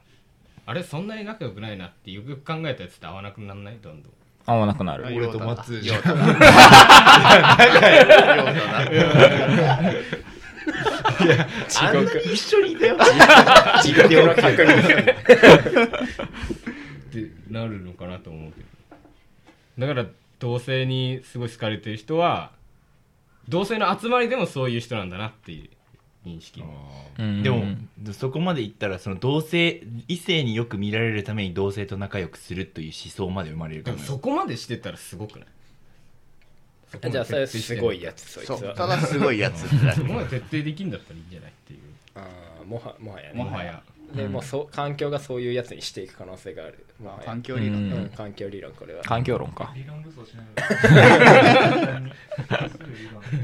あれそんなに仲良くないなってよくよく考えたやつって合わなくなんないどんどん
合わなくなる。
俺と松じゃん
<laughs>
<laughs> あんなに一緒にいたよ
ってなるのかなと思うけどだから同性にすごい好かれてる人は同性の集まりでもそういう人なんだなっていう認識
うん
でもそこまでいったらその同性異性によく見られるために同性と仲良くするという思想まで生まれるか
で
も
もそ
よ
こまでしてたらすごくないそこまで
じゃあそれすごい
や
やつそいつ
そ
は
うただすごいやつ
そこまで徹底できんだったらいいんじゃないっていう
あーもはもはやね
もはや
でもうそう環境がそういうやつにしていく可能性があるもはや
環境理論
う
うんん環境理論これは
環境論か。
理論武装しないで。本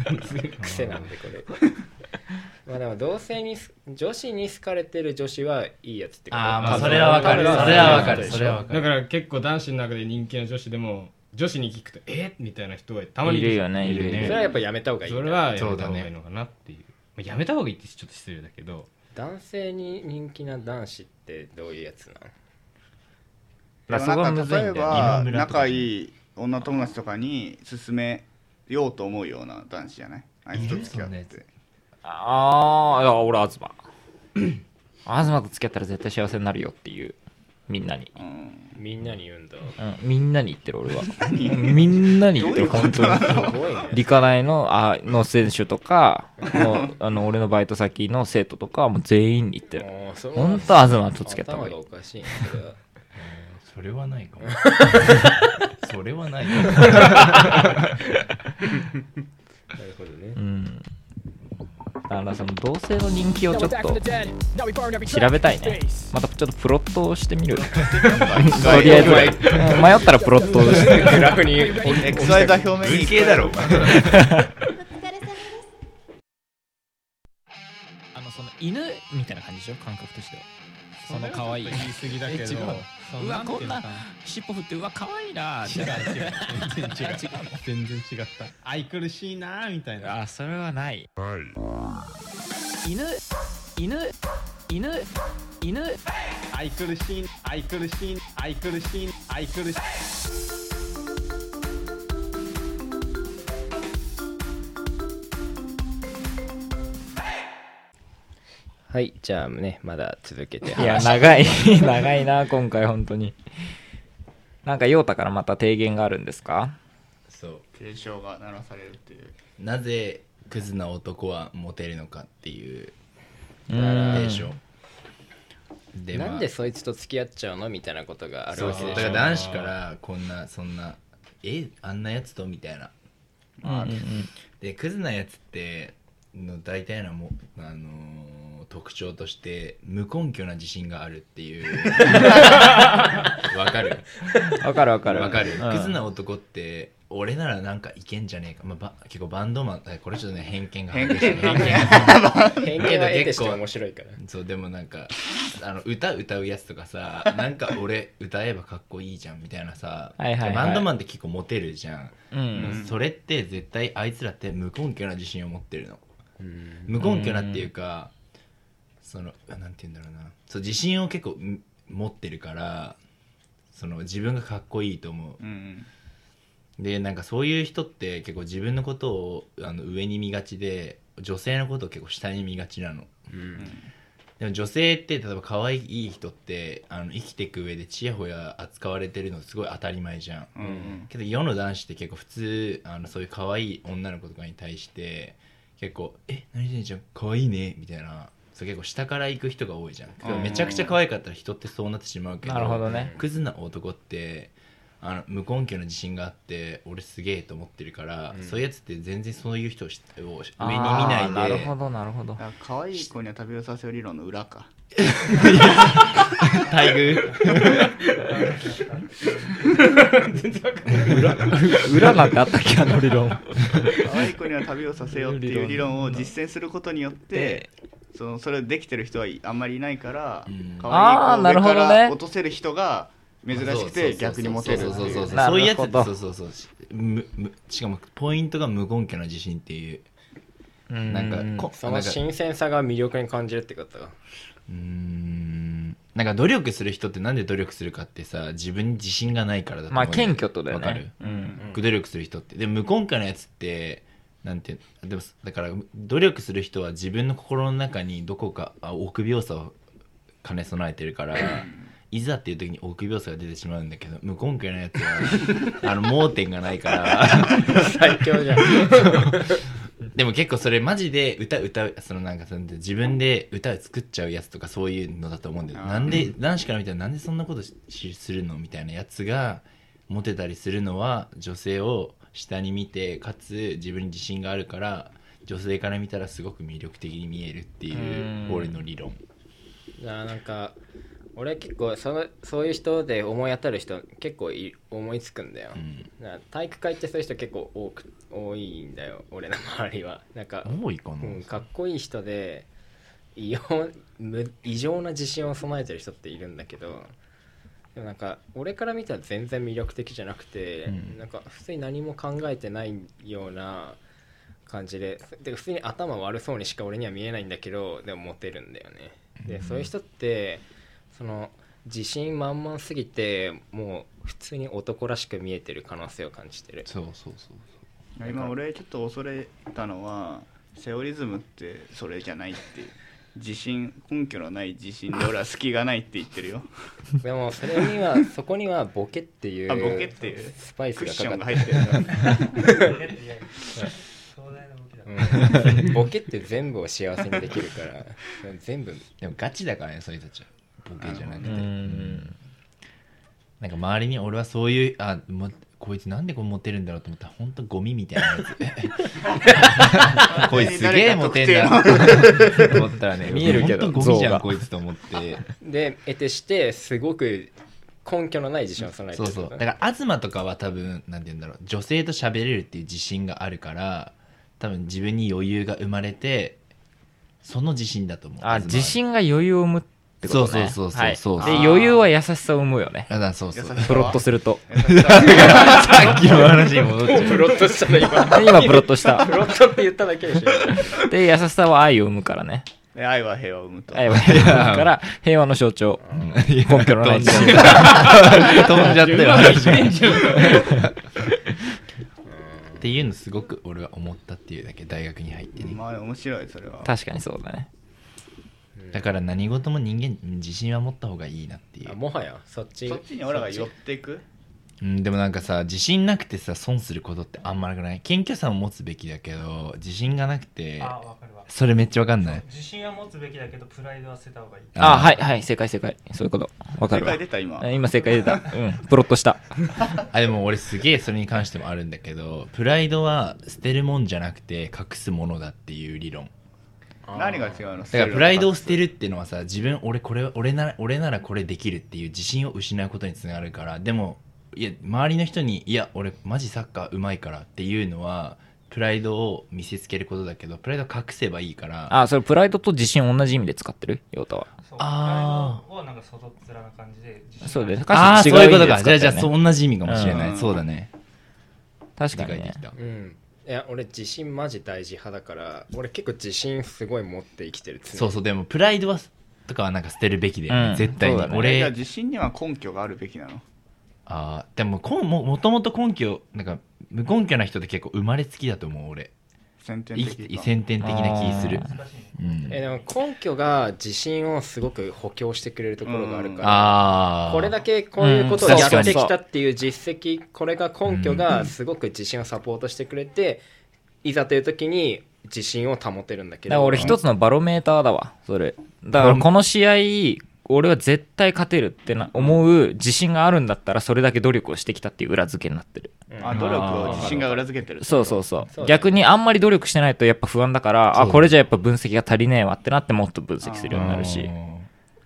当にすぐ理論
癖なんでこれ <laughs> まあでも同性にす女子に好かれてる女子はいいやつってこと
あーま
あそれはわかる
多分
それはわ
かるそれはわかる
だから結構男子の中で人気な女子でも女子に聞くとえみたいな人はたまに
いるよね、いる
そ
い
れ
る。
はやっぱやめた方がいいん
そ
だ
れ
よ
はやめた方がいいのかなっていうまあやめた方がいいってちょっと失礼だけど
男性に人気な男子ってどういうやつなの
だからそ
で
こ
も
は
な
む
ん
ず
か
い
例え
んだよ。
ば
今村とか
仲いい女友達とかに勧めようと思うような男子じゃないあいつと付き合っ
い
て
るそんな
ああ、いや俺、東。
<clears throat>
東と付き合ったら絶対幸せになるよっていう、みんなに。
うん
みんなに言うんだ
うん、みんなに言ってる俺は。みんなに言ってる、本当に。
すごいね
理科大のあの選手とか <laughs> のあの俺のバイト先の生徒とかはもう全員に言ってる
もうそ
ほんと東とつけた
頭
方がいい
がおかしいね
<laughs> それはないかもそそれはない
なるほどね
うんだからその同性の人気をちょっと調
調
べ
べ
た
た
い
い
ね
ね。
またちょっとプロットをしてみ <laughs> るとりあえずうん迷ったらプロットをして <laughs> みる
楽に
XY 座表面に
文系だろう
お疲れ様です。
あのその犬みたいな感じでしょ感覚としてはその可愛い
言い過ぎだけど
え違う
その
うわ
んてい
こん
うの
な
か
尻尾振ってうわ可愛いなーって
違う違う全然違う全然違った愛くるしいなーみたい
<laughs>
な
あそれはない、犬犬犬犬
愛くるしい愛くるしい愛くるしい愛くるしい
はいじゃあねまだ続けて
いや
話して
長い <laughs> 長いな今回本当になんか陽太からまた提言があるんですか
そう
警鐘が鳴らされるっていう
なぜクズな男はモテるのかっていう
う
提
ん
唱で
なんで
そ
そいつと付き合っちゃうのみたいなことがある
う
わ
そ
け
うだ
でし
から
ょ
男子からこんなそんなえあんなやつとみたいな
うんうんうん
でクズなやつっての大体のも、あのー特徴として無根拠な自信があるっていう <laughs> わかる
わかるわかる
わかる、
うん
クズな男って俺ならなんかいけんじゃねえか、まあば、結構バンドマンあこれちょっとね偏見が激しい偏見
偏見は得てして面白いから
<laughs> そうでもなんかあの歌歌うやつとかさなんか俺歌えばかっこいいじゃんみたいなさ
はいはいはい
バンドマンって結構モテるじゃん、
うん
それって絶対あいつらって無根拠な自信を持ってるの無根拠なっていうか、そのあなんて言うんだろうなそう自信を結構ん持ってるからその自分がかっこいいと思う
うん
でなんかそういう人って結構自分のことをあの上に見がちで女性のことを結構下に見がちなの、でも女性って例えば可愛い人ってあの生きていく上でちやほや扱われてるのすごい当たり前じゃん、
うんうん
けど世の男子って結構普通あのそういう可愛い女の子とかに対して結構「え何々ちゃん可愛いね」みたいなそう結構下から行く人が多いじゃんけど
うん
めちゃくちゃ可愛かったら人ってそうなってしまうけど
なるほどね
クズな男ってあの無根拠の自信があって俺すげえと思ってるから、そういうやつって全然そういう人をしを上に見ない
あ
で
ーるほどなるほど
だから可愛い子には旅をさせる理論の裏か
待遇
裏なんてあったっけあの理論
可愛い子には旅をさせようっていう理論を実践することによってそのそれをできてる人はいあんまりいないから
うん
可愛い子を上か
あーなるほど
ら
ね
落とせる人が珍しくて逆にモテる
そう
って
そう
い
そうそう
う
そうそういう
なる
や
ほ
つ
ど
そうそうそうしむむしかもポイントが無根拠な自信っていうなんかこ
そ
な
の
んか
新鮮さが魅力に感じるってこと
うーんなんか努力する人ってなんで努力するかってさ自分に自信がないからだと思
ま
う
あ謙虚とだよね
わかる、
うん
努力する人ってで無根拠なやつってなんてでもだから努力する人は自分の心の中にどこかあ臆病さを兼ね備えてるからいざっていう時に臆病さが出てしまうんだけど無根拠なやつはあの盲点がないから
最強 <laughs> じゃん
でも結構それマジで歌歌うそのなんかその自分で歌を作っちゃうやつとかそういうのだと思うんだよ
あー
なんで男子から見たらなんでそんなことししするのみたいなやつがモテたりするのは女性を下に見てかつ自分に自信があるから女性から見たらすごく魅力的に見えるっていう
うん
俺の理論
じゃあなんか俺結構そのそういう人で思い当たる人結構い思いつくんだよ、
うん
な体育会ってそういう人結構多く多いんだよ俺の周りはなんか、
多いかな、
うん、かっこいい人で異様無異常な自信を備えてる人っているんだけどでもなんか俺から見たら全然魅力的じゃなくて、
うん
なんか普通に何も考えてないような感じでで普通に頭悪そうにしか俺には見えないんだけどでもモテるんだよね。でそういう人ってその自信満々すぎてもう普通に男らしく見えてる可能性を感じてる。
そうそうそう
今俺ちょっと恐れたのはセオリズムってそれじゃないっていう自信根拠のない自信で俺は隙がないって言ってるよ
でもそれに
<laughs>
はそこにはボケっていう
あボケっていう
スパイス
クッ
が
ショ
か
ンが
かっ
入ってるから
てうんボケって全部を幸せにできるから全部
でもガチだからねそういう人たちはボケじゃなくて
うん
なんか周りに俺はそういうあもうこいつなんでこれモテるんだろうと思ったら本当ゴミみたいな <laughs> やつこいつすげえモテんだなと思ったらね
<laughs> 見えるけど
本当ゴミじ
像
ゃ
が
んこいつと思って
で得てしてすごく根拠のない自信を備えて
そう
る
そうだから東とかは多分なんて言うんだろう女性と喋れるっていう自信があるから多分自分に余裕が生まれてその自信だと思う
あ
東は
自信が余裕を生むってことね
そうそうそうそうそう
はいで余裕は優しさを生むよね
あだそうそう
プロットす
<laughs>
ると
さっきの話に戻っちゃう <laughs>
プロットしたの今
今プロットした
プロットって言っただけでし
<laughs>
ょ
で優しさは愛を生むからね
で <laughs> 愛は平和を生むと
愛は平和を生むから平和の象徴根拠のない
<laughs>
自信
飛んじゃったよ
<laughs>
っていうのすごく俺は思ったっていうだけ大学に入ってね
まあ面白いそれは
確かにそうだね
だから何事も人間自信は持った方がいいなっていう
あもはやそっち
そっちに俺らが寄っていく
うん、でもなんかさ自信なくてさ損することってあんまなくない謙虚さを持つべきだけど自信がなくて
あわかるわ
それめっちゃわかんない
自信は持つべきだけどプライドは捨てた方がいい
あはいはい正解正解そういうことわか
正
るわ
解出た今
今正解出 <laughs> たうんプロットした
あでも俺すげえそれに関してもあるんだけどプライドは捨てるもんじゃなくて隠すものだっていう理論
何が違うの
だからプライドを捨てるっていうのはさ自分俺これ俺なら俺ならこれできるっていう自信を失うことにつながるからでもいや周りの人にいや俺マジサッカーうまいからっていうのはプライドを見せつけることだけどプライドを隠せばいいから
あそれプライドと自信同じ意味で使ってるヨタは
そう
あー
プライドをなんか外っ面な感じで自信が
そうだよね
ああー
違
そう
意
いうこ
味
と
で使
か
っ
じ
た
ゃ
よ
あじゃあ
ね
そう同じ意味かもしれない
うん
そうだね
確か
理
に
解
ね
できた
うんいや俺自信マジ大事派だから俺結構自信すごい持って生きてる常に
そうそうでもプライドはとかはなんか捨てるべきだよ
うん
ね絶対
そう
に
だね
俺じゃあ
俺
自信には根拠があるべきなの
あーでもこんももともと根拠なんか無根拠な人って結構生まれつきだと思う俺
先天
生
的
き
か
先天的な気する
あ
難しいね
うん
えでも根拠が自信をすごく補強してくれるところがあるから、
ああ
これだけこういうことを
うん
やってきたっていう実績これが根拠がすごく自信をサポートしてくれていざという時に自信を保てるんだけ
だから
ど
俺一つのバロメーターだわそれだからこの試合俺は絶対勝てるってな思う自信があるんだったらそれだけ努力をしてきたっていう裏付けになってる
あ努力を自信が裏付けてる
そうそうそう
そうだね
逆にあんまり努力してないとやっぱ不安だからあこれじゃやっぱ分析が足りねえわってなってもっと分析するようになるし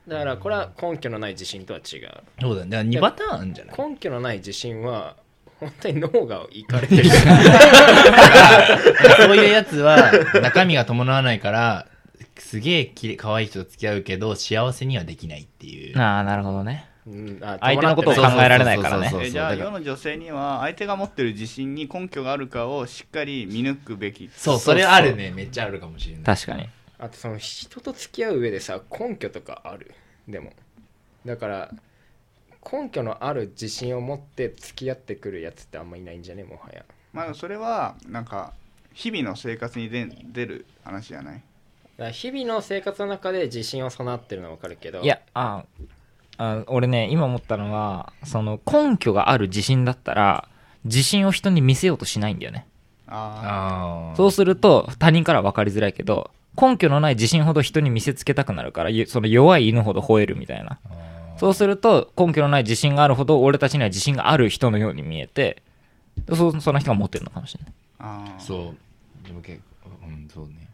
だからこれは根拠のない自信とは違う
そうだねだから2パターンあるんじゃない
根拠のない自信は本当に脳がいかれ
<laughs>
てる
そういうやつは中身が伴わないからすげえきれ可愛い人と付き合うけど幸せにはできないっていう
ああなるほどね
うんあ
相手のことを
伴って
考
ない
えられないからね
そうそうそうそう
えじゃあ
だから
世の女性には相手が持ってる自信に根拠があるかをしっかり見抜くべき
そうそれあるねめっちゃあるかもしれない
確かに
あとその人と付き合う上でさ根拠とかあるでもだから根拠のある自信を持って付き合ってくるやつってあんまいないんじゃねもはや
まあそれはなんか日々の生活に出出る話じゃない
だから日々の生活の中で自信を備ってるのは分かるけど
いやああ俺ね今思ったのはその根拠がある自信だったら自信を人に見せようとしないんだよね
あ
ああ
そうすると他人から分かりづらいけど根拠のない自信ほど人に見せつけたくなるからゆその弱い犬ほど吠えるみたいなそうすると根拠のない自信があるほど俺たちには自信がある人のように見えてそその人が持ってるのかもしれない
あー
そうでも結構うんそうね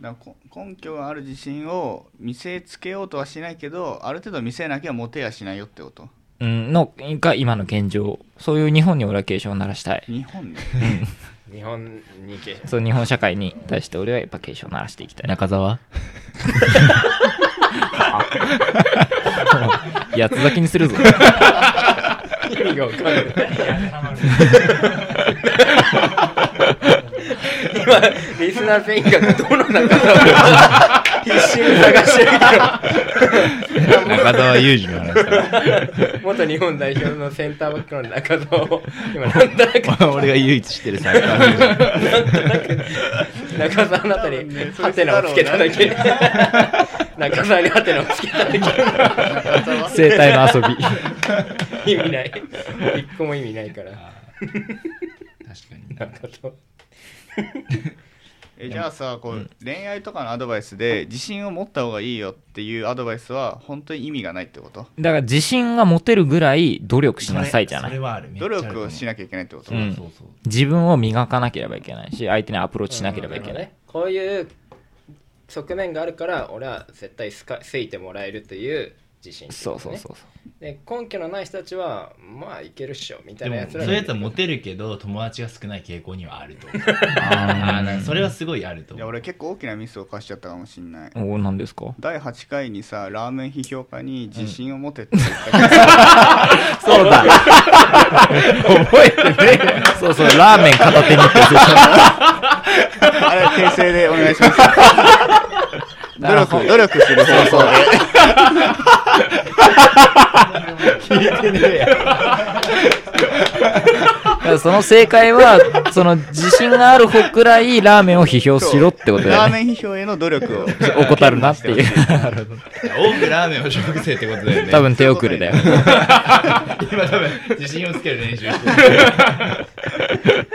だからこ根拠がある自信を見せつけようとはしないけどある程度見せなきゃモテやしないよってこと
うんのが今の現状そういう日本に俺は警鐘を鳴らしたい
日本
<laughs>
ね
日本に行け
そう日本社会に対して俺はやっぱ警鐘を鳴らしていきたいな <laughs>
中澤
八つ咲きに <laughs> するぞ
意味が分かんない
<laughs>
今リスナー全員がどの
<laughs>
中だろう必死に探してる
中澤裕二の話だ
けど元日本代表のセンターバックの中澤を今なんとなく
<laughs> 俺が唯一してるサッカー選手
中澤のあたりにハテナをつけただけ中澤にハテナをつけただ <laughs>
生態の遊び
け意味ない一個も
<laughs>
意味ないから
確かに
中澤
<laughs> えじゃあさこう、恋愛とかのアドバイスで自信を持った方がいいよっていうアドバイスは本当に意味がないってこと
だから自信が持てるぐらい努力しなさいじゃな
それ
い。
はあるめっちゃ
努
あると
力
思う
をしなきゃいけないってこと、
うん
そうそう
自分を磨かなければいけないし、相手にアプローチしなければいけない。
こういう側面があるから俺は絶対好か好いてもらえるという自信、
そうそうそうそう。
で根拠のない人たちはまあいけるっしょみたい
で
な
も
や
そ
つ
う
ら
い
が
うやつはモテるけど友達が少ない傾向にはあると思う
あ
あーなんかそれはすごいあると
い
思
や
う
俺結構大きなミスを犯しちゃったかもしんない
ーおー、何ですか
第8回にさラーメン批評家に自信を持てって言ったけ
そ
ど、
うだ覚えてねそうそう、ラーメン片手にって
あれ訂正でお願いします
<laughs>
努力努力する方法で
だからその正解は、その自信がある方くらいラーメンを批評しろってことだ
ラ
よ
ー
ね。
メン批評への努力を
怠るなっていう。
多くラーメンを小学生ってことだよね
多分手遅れだよ。
今多分自信をつける練習してる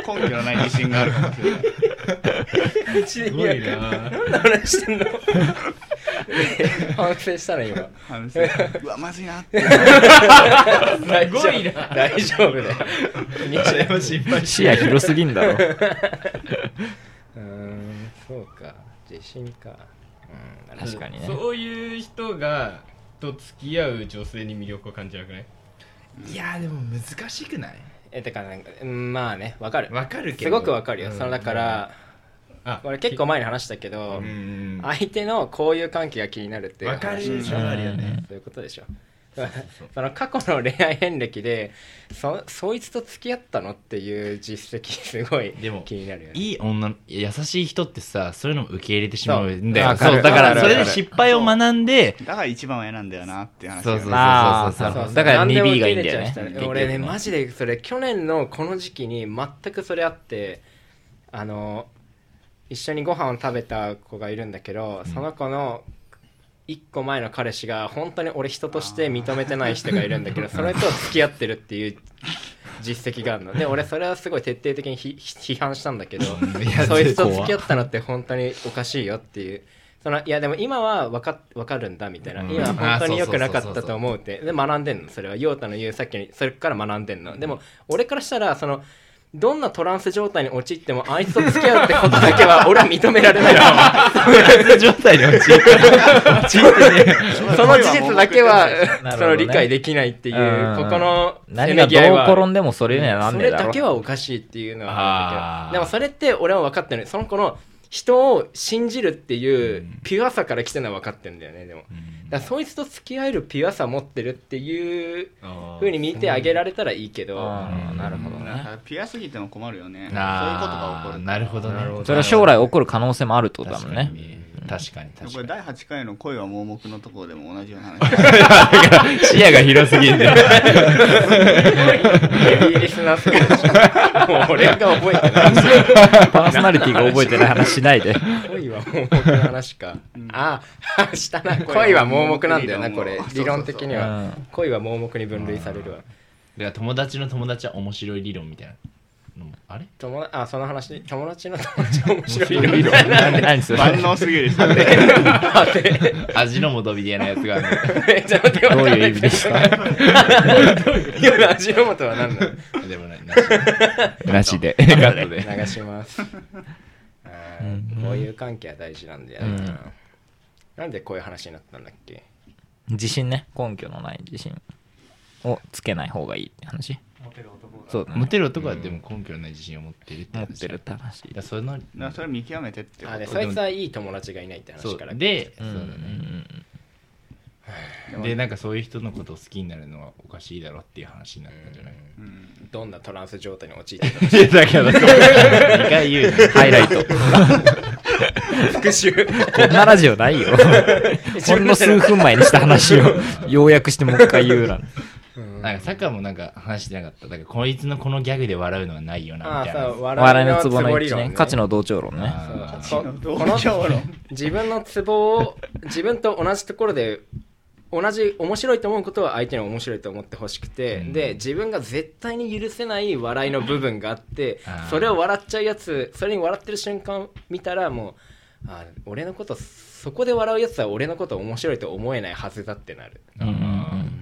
根拠のない自信があるかもしれない
すごいな何の話してんの反省したの今
反省 <laughs> うわまずいなって
すごいな大丈夫だよ
それも心配
視野広すぎんだろ。
うーんそうか自信かうん
確かにね。
そういう人がと付き合う女性に魅力を感じなくない
いやでも難しくない
えてかなんかうんまあねわかる
わかるけ
す
ど
ごくわかるよ、
うん
そのだから
あ
俺結構前に話したけど、
うん
相手の交友関係が気になるっていう
わか
話
るそれはあるよね
そういうことでしょ <laughs> その過去の恋愛遍歴でそそいつと付き合ったのっていう実績すごい
でも
気になるよね
いい女優しい人ってさそういうのも受け入れてしまうんだ
そう
よ
わかる
そうだか
わからる
それで失敗を学んで
だから一番は嫌なんだよなっていう話
そうそうそう
あ
そう
ー
そう
だから
何でも
2B がいいん
受け入れ
だよね
ちゃう人
結局
俺ねマジでそれ去年のこの時期に全くそれあってあの一緒にご飯を食べた子がいるんだけど、その子の1個前の彼氏が本当に俺人として認めてない人がいるんだけどそれと付き合ってるっていう実績があるので俺それはすごい徹底的にひ批判したんだけど
いや
そいつと付き合ったのって本当におかしいよっていうそのいやでも今は分か分かるんだみたいな、
うん
今は本当に良くなか
あ
っ
そうそうそう
た
そう
と思うってで学んでんのそれは陽太の言うさっきにそれから学んでんのでも俺からしたらそのどんなトランス状態に陥ってもあいつと付き合うってことだけは俺は認められない
状態に陥る
その事実だけは
なるほどね
その理解できないっていう
うん
ここのせ
何
め
が
ぎ
ど
合いうは
転んでもそれにはなん
そ
ねえ
れ
だろ。
だけはおかしいっていうのはあるんだけ
あー
どでもそれって俺は分かってるその子の人を信じるっていうピュアさから来てるのは分かってるんだよねでもだからそいつと付き合えるピュアさ持ってるっていうふうに見てあげられたらいいけど
あーなるほど
なん
ね。
かピュアすぎても困るよねそういうことが起
あ
こ
あ
る
なるほどね
それは将来起こる可能性もあるってことだもん
確
ね。
かに確かに確
こ
か
れ
に
第8回の恋は盲目のところでも同じような
<laughs>
話
視野が広すぎるんだよ <laughs>
ヘビーリスナーすぎるでしょもう俺が覚えてない
パーソナリティが覚えてない話しないで。
恋は盲目の話か、ああしたな恋は盲目なんだよなこれ理論的に
う
は
ん
恋は盲目に分類されるわ
だから友達の友達は面白い理論みたいなのもあれ
友達あその話友達の友達面白いみたいな
何何それ
万能すぎる人
<laughs> 味の素みたいなやつが
<laughs>
ある
めっちゃ待って
ど
分
う
かん
い
ない
う意味で
<laughs>
すか
今の味の素は何なの
のでもないなし
なしで。
カットで
流し <laughs> ますこういう関係は大事なんだよな、
うん
なんでこういう話になったんだっけ
自信ね。根拠のない自信をつけない方がいいって話。
モテる男が
そうだ
モ
ね。
テる男はでも根拠のない自信を持ってるって
持っ
話
てるって話
い。やその
なそれ見極めてってこ
あで
と
そいつはいい友達がいないって
そ
話から
うで、
うん
そうだねでなんかそういう人のことを好きになるのはおかしいだろっていう話になったんじゃない、
どんなトランス状態に陥ってた
いや <laughs> だけど2回言うな
ハイライト。
復讐 <laughs>
こんなラジオないよ。ほんの数分前にした話
<laughs>
を要約してもう一回言うなんて。
なんかサッカーもなんか話してなかっただからこいつのこのギャグで笑うのはないよな
あ
み
あ
たいな
そう
笑
笑
い
い
の
の
ツ
ツ
ボ
ボ
の
の
一
理
致
論、
ね。
ね、
価値の同調論ね。
あー
そうこ
どうしようもろ
自分のツボを自分と同じところで同じ面白いと思うことは相手に面白いと思ってほしくて、で自分が絶対に許せない笑いの部分があって
あー
それを笑っちゃうやつそれに笑ってる瞬間見たらもうあー俺のことそこで笑うやつは俺のこと面白いと思えないはずだってなる
うんうんうん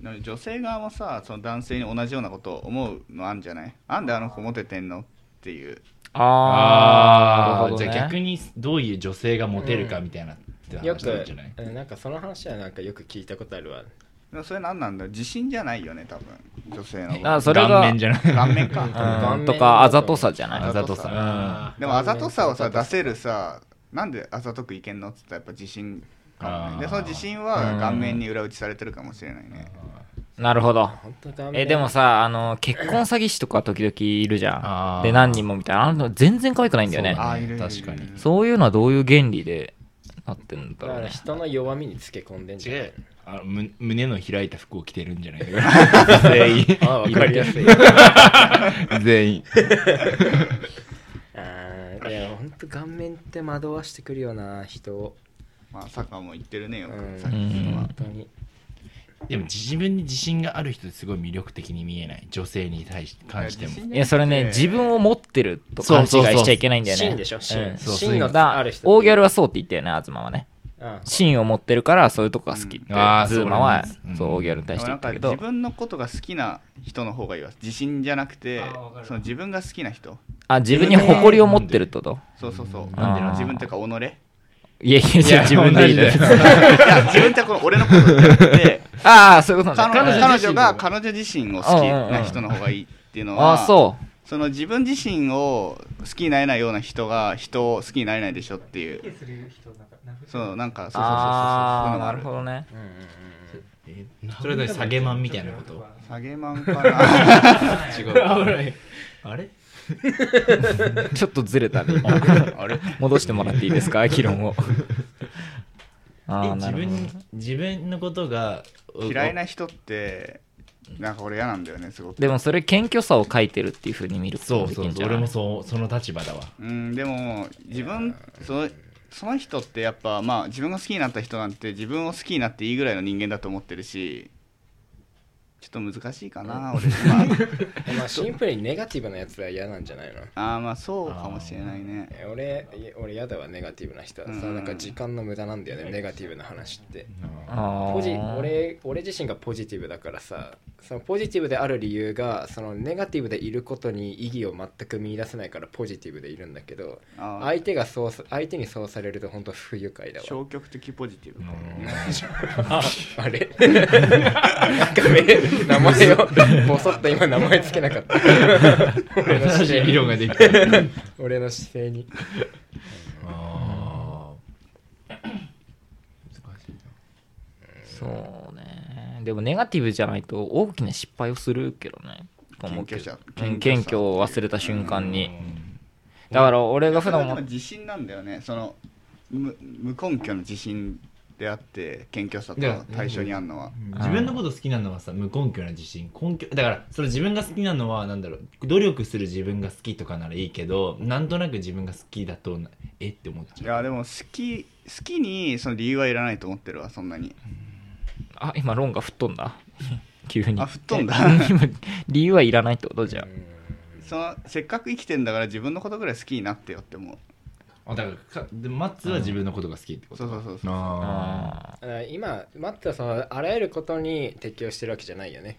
でも女性側もさその男性に同じようなことを思うのあんじゃないなんであの子モテてんのっていう
あーなるほどね
じゃあ逆にどういう女性がモテるかみたいなって
よ
話
く
なんじゃない、
うんなんかその話はなんかよく聞いたことあるわ
でもそれなんなんだ自信じゃないよね多分女性の
あそれが
顔面じゃない
顔面か
うんとかあざとさじゃない
あざと
う
さ
ん
でもあざとさをさ出せるさなんであざとくいけんのっつったらやっぱ自信かも
あー
ねでその自信は顔面に裏打ちされてるかもしれないね
なるほど
本当だ
えでもさあの結婚詐欺師とか時々いるじゃ
あ
ん
ー
で何人もみたいなあの全然可愛くないんだよね
そう
あ
だ
ーいるいるいる
確かに
そういうのはどういう原理でなってるんだ
だ
ろ
か
う
ら
ね
人の弱みにつけ込んでんじゃん
あむ胸の開いた服を着てる
<laughs>
んじゃないか全員
ああ分かりやすい
全員
あーいや本当顔面って惑わしてくるよな人を
まあサッカーも言ってるねよ
うん
くさっきのは
本当に
でも自分に自信がある人ってすごい魅力的に見えない女性に対し関しても
いや自信
いやそれね自分を持ってると勘違いしちゃいけないんだよね
芯でしょ
う
芯
ん
そう
芯の
だか
あ
ら
る人
大ギャル
は
はそうって言ったよね東はね芯を持ってるからそういうとこが好きって、
うんあー
ズーマは
そうなんです
そう大ギャルに対
で
し
も
て言
なん
った
か
け
自
ど
分のことが好きな人の方がいいわ自信じゃなくてその自分が好きな人
あ自分に誇りを持ってるってこと
そうそうそう
なんでなん
自分っていうか己 <laughs>
いやいやいや自分でいい
同
で
じ
す
だ
いや自分ってこの俺のことじゃなくて
<laughs> ああそういうことなん
彼
だ
女彼女が彼女自身を好きな人の方がいいっていうのは
ああそう
その自分自身を好きになれないような人が人を好きになれないでしょっていうそうなんかそうそ
あ
うそうそうそういう
あ
のが
な
あ
る
る
ほどね
それは下げマンみたいなこと
下げマンかな <laughs>
<laughs> 違うあれ
ちょっとずれた
<laughs>
ね今戻してもらっていいですか議論をあ
え
あな
自
るほど
分自分のことが
嫌いな人ってなんか俺嫌なんだよねすごく
でもそれ謙虚さを書いてるっていうふうに見ること
そ
も
う
で
そ
き
うんそ
じ
う
ゃな
俺
い
もそうその立場だわ
うんでも自分そのその人ってやっぱまあ自分が好きになった人なんて自分を好きになっていいぐらいの人間だと思ってるしちょっと難しいかな俺ま
<laughs>
まあシンプルにネガティブなやつは嫌なんじゃないの
ああーまあそうかもしれないね
え俺い俺嫌だわネガティブな人はさ
うん
なんか時間の無駄なんだよねネガティブな話って
あ
ポジ
ー
俺俺自身がポジティブだからさそのポジティブである理由がそのネガティブでいることに意義を全く見出せないからポジティブでいるんだけど
あー
相手がそうさ相手にそうされると本当不愉快だわ
消極的ポジティブ
あ
<laughs>
れなんかめ名前をボソッと今名前つけなかった
<laughs>
俺の姿
新 <laughs> しい理
勢
論ができた
俺の姿勢に
あ
そうねでもネガティブじゃないと大きな失敗をするけどねと思うけど
謙虚さ
うん謙虚を忘れた瞬間にだから俺が普
それ
段
はで
思
も自信なんだよねその無無根拠の自信であって謙虚さと対象にあるのは
ー自分のこと好きなのはさ無根拠な自信根拠だからそれ自分が好きなのはなんだろう努力する自分が好きとかならいいけどなんとなく自分が好きだとなえって思っ
い
ちゃう
やでも好き好きにその理由はいらないと思ってるわそんなに
あ今論が吹っ飛んだ <laughs> 急に
あ吹っ飛んだ
<laughs> 今理由はいらないってことじゃ
そのせっかく生きてんだから自分のことぐらい好きになってよって思う
あだからかでマッツは自分のことが好きってこと
そうそうそうそう
あ
あ
だから今マットはそのあらゆることに適応してるわけじゃないよね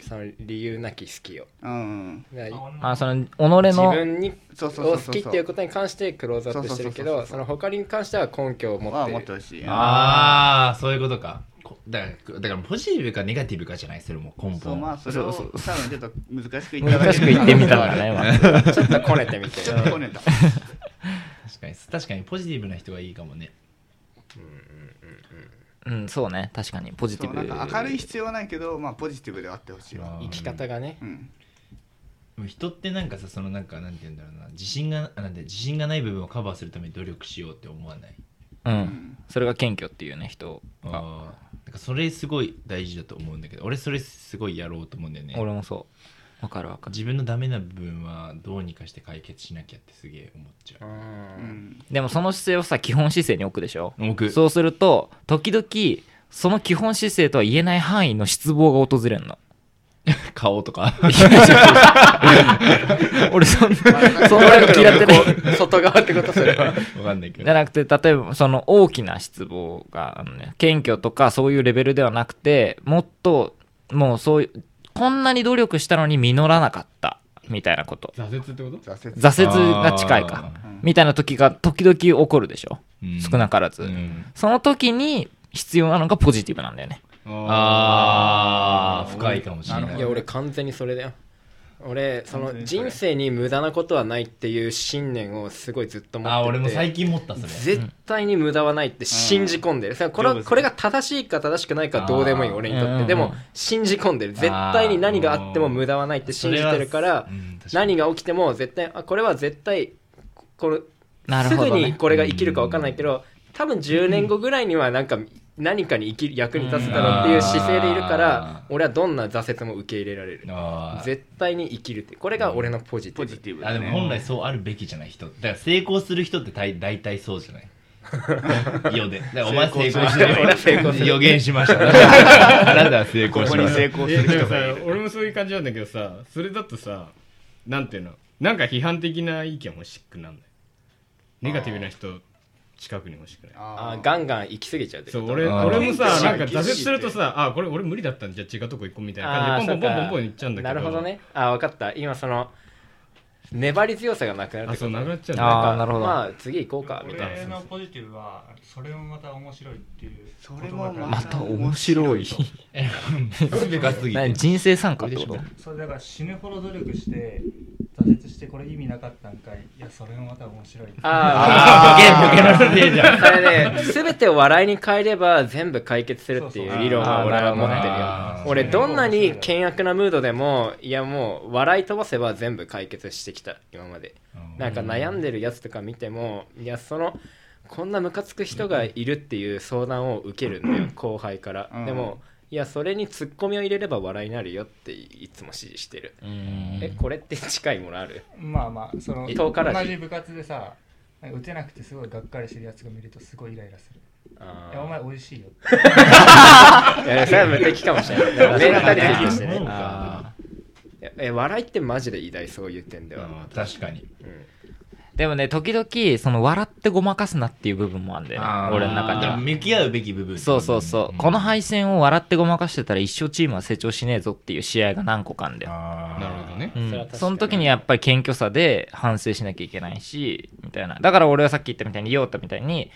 その理由なき好きを
うんうん
だから
あその己の
自分に
そうそうそ
を
う
好
そう
きっていうことに関してクローズアップしてるけ
そ
ど
うそ
そ
うそうそうそう
の他に関しては根拠を持
は
って
思っ
る
てほしい
あーそういうことかこだからだからポジティブかネガティブかじゃないそれも根本
そうまあそれを
そ
多
う
分ちょっと難しく言っただ
難
け
しく言ってみたんだね今
ちょっとこねてみて
ちょ <laughs> っとこねた
確かに確かにポジティブな人がいいかもね
うんそうね確かにポジテ
そ
ィ
う
ブ
なんか明るい必要はないけどまあポジティブではあってほしいわ
生き方がね
うん
でも人ってなんかさそのなんかなんて言うんだろうな自信があなんで自信がない部分をカバーするために努力しようって思わない
うんそれが謙虚っていうね人が
ああなんかそれすごい大事だと思うんだけど俺それすごいやろうと思うんだよね
俺もそわかるわかる
自分のダメな部分はどうにかして解決しなきゃってすげえ思っちゃう
でもその姿勢をさ基本姿勢に置くでしょ
重く
そうすると時々その基本姿勢とは言えない範囲の失望が訪れるの
顔とか
<laughs> 俺そんなそんなの嫌っ
<laughs>
てない
外側ってことそれは
<laughs> わかんないけ
じ
ど
ゃなくて例えばその大きな失望があの、ね、謙虚とかそういうレベルではなくてもっともうそういうこんなに努力したのに実らなかったみたいなこと
挫折ってこと
挫折
挫折が近いか
あー
みたいな時が時々起こるでしょ少な
く
からず、その時に必要なのがポジティブなんだよね
あー深いかもしれない
いや俺完全にそれだよ俺その人生に無駄なことはないっていう信念をすごいずっと持ってて
あー俺も最近持ったそれ
絶対に無駄はないって信じ込んでる、それこ
そうで
れ
すね
これが正しいか正しくないかはどうでもいい
あー
俺にとっ
う
て
ん
でも信じ込んでる絶対に何があっても無駄はないって信じてるから
うん確かに
何が起きても絶対あこれは絶対ここれ
なるほど、
すぐに
ね、
これが生きるか分かんないけど多分10年後ぐらいにはなんか何かに生きる役に立つだろうっていう姿勢でいるから俺はどんな挫折も受け入れられる
あー
絶対に生きるってこれが俺のポジテ
ポ
ィブ
ジティブ
あ
だ
で
ね
も本来そうあるべきじゃない人だから成功する人って大大体そうじゃない世でだからお前成功してる
俺は成功する
予言しましたあなたは成
こ
功
こ
し
に
ま
成
し
功
い
す
や
る
で
人
も
が
さ
いる
俺もそういう感じなんだけどさそれだとさなんていうのなんか批判的な意見欲しくなんないネガティブな人近くに欲しくない
あーガンガン行き過ぎちゃうってこ
そ
と
う俺
あー
俺もさ
天気
なんか挫折
天気
するとさあこれ俺無理だったんじゃあ違うとこ行こうみたいな
あー
感じでポンポンポンポンポン
そ
行っちゃうんだけ
な
ど
るほどねあ分かった今その粘り強さがなくなるっ
あ
てこ
そう
と
なくなっちゃうん
あ
だ
ーなるほど
まあ次行こうかみたいな
俺のポジティブはそれもまた面白いっていう
それも
言葉から
また面白い
た深すぎて
何人生参加ってこと
それだから死ぬほど努力して挫折してこれ意味なかったんかいいやそれもまた面白い
ボ
あ
ケボケなせてえじゃん
あそれね全てを笑いに変えれば全部解決するっていう理論は俺は持ってるよ
あー
俺どんなに険悪なムードでもいやもう笑い飛ばせば全部解決してきた今までなんか悩んでるやつとか見てもいやそのこんなムカつく人がいるっていう相談を受けるんだよ後輩から、
うん
でもいやそれにツッコミを入れれば笑いになるよっていつも指示してる、えこれって近いものある
まあまあその
伊藤からし
同じ部活でさなんか打てなくてすごいがっかりしてるやつが見るとすごいイライラする
あ
い
ー
やお前美味しいよって
いやそれは無敵かもしれないだからメンタリティとしてね
あ
いやえ笑いってマジで偉大そういう点で
ー
は、
うん確かに
うん
でもね時々その笑ってごまかすなっていう部分もあるんだよね俺の中に
でも
は
向き合うべき部分
そうそうそう、
ん
この配線を笑ってごまかしてたら一生チームは成長しねえぞっていう試合が何個かあんだよ
あー
なるほどね
うん
それは確かに
その時にやっぱり謙虚さで反省しなきゃいけないしみたいなだから俺はさっき言ったみたいにヨータみたいに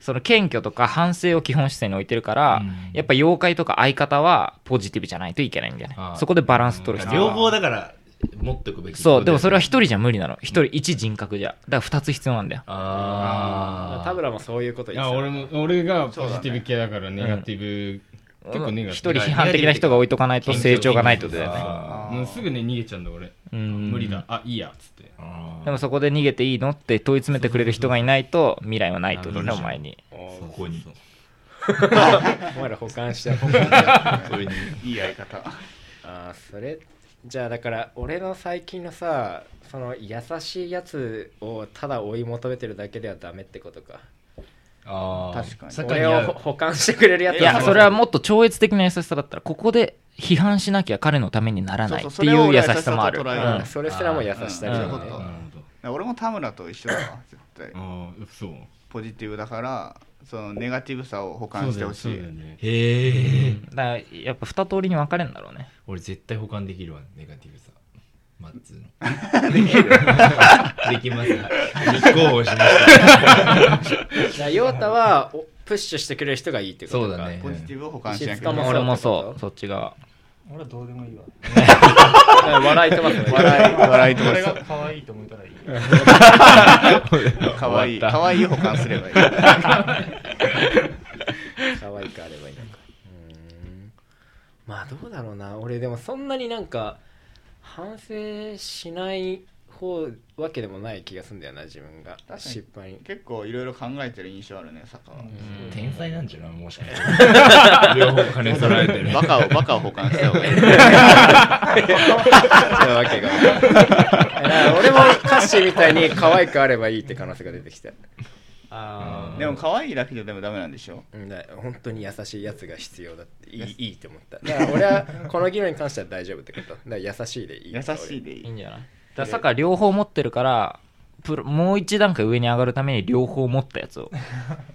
その謙虚とか反省を基本姿勢に置いてるから、
うん
やっぱ妖怪とか相方はポジティブじゃないといけないんだよね
あー
そこでバランス取る必要
両方だから持っておくべき
そうでもそれは
一
一人じゃ無理なの一人一人格じゃだから2つ必要なんだよ
あ
田村もそういうこと
い
言っ
や
てた
俺も俺がポジティブ系だからネガティブ結構ネガ
一
ティ
人
ブ
批判的な人が置いとかないと成長がないってことだよね
よ
もうすぐね逃げちゃうんだ俺
うん
無理だあいいやっつって
でもそこで逃げていいのって問い詰めてくれる人がいないと未来はないってことね
なる
お
ほど
前に
そこに
お前ら保管して
それに
いい相方
<laughs> あーそれじゃあだから俺の最近のさその優しいやつをただ追い求めてるだけではダメってことか
あー
確かに
社会
俺
に
を
合う
ほ保管してくれるやつ
いやそれはもっと超越的な優しさだったらここで批判しなきゃ彼のためにならないっていう優しさもある
そうそうそれを俺は優しさと捉える
うん
あそれすらも優しさだよ
う
ね
んそういうこと
なるほど
俺も田村と一緒だわ絶対
ああそう
ポジティブだからそのネガティブさを保
そ
管
う
し
だ
て
よ
ほし
そう
い
だよね
へえ
だからやっぱ二通りに分かれるんだろうね
俺絶対保管できるわネガティブさマッツーのできるできます立候補しました
じゃあ陽太はおプッシュしてくれる人がいいってことか
そうだね
ポジティブを保管しなき
う
ゃ
ん
い
まあ
俺も
そうだ
そ
よ
うそっち側
俺はどうでもいいわ
だから笑い飛ばすね
笑い笑いと
これ
か
が可愛いと思えたらいい
<laughs> さかわいいかわいい保管すればいい
可愛くあればいいのかうーんまあどうだろうな俺でもそんなになんか反省しない方わけでもない気がするんだよな自分が
かに
失敗に
<laughs> 結構いろいろ考えてる印象あるね坂は
天才なんじゃないもしかして。両方金揃えてる。
バカをバカを保管した方がいい
そういうわ <laughs> けがないだから俺も歌詞みたいに可愛くあればいいって可能性が出てきて、
あー <laughs> でも可愛いだけじゃでもダメなんでしょ
うん、だから本当に優しいやつが必要だっていいいいって思っただから俺は <laughs> この議論に関しては大丈夫ってことだから優しいでいい
優しい
で
でい
いい
い
んじゃないだからサッカー両方持ってるからプロもう一段階上に上がるために両方持ったやつを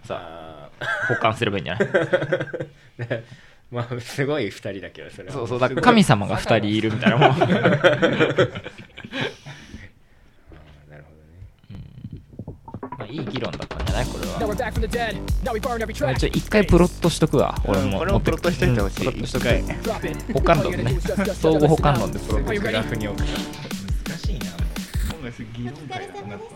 さ
保管すればいいんじゃない
あねまあすごい二人だけどそれは
そうそうだから神様が2人いるみたい
<laughs>
なもん
なるほどね
まあいい議論だったんじゃないこれは
Now we're back from the dead. Now we burn every
まあ
track.
ちょ一回プロットしとくわ俺も
これもプロットしといてほしい
うんプロットしとく
一
回 Drop it.
保管論ね相互保管論でプロッ
Are
ト
you
グ
ready?
ラフに置く
難しいな。
今回すげえ議論
お疲
会
れ
だ
様です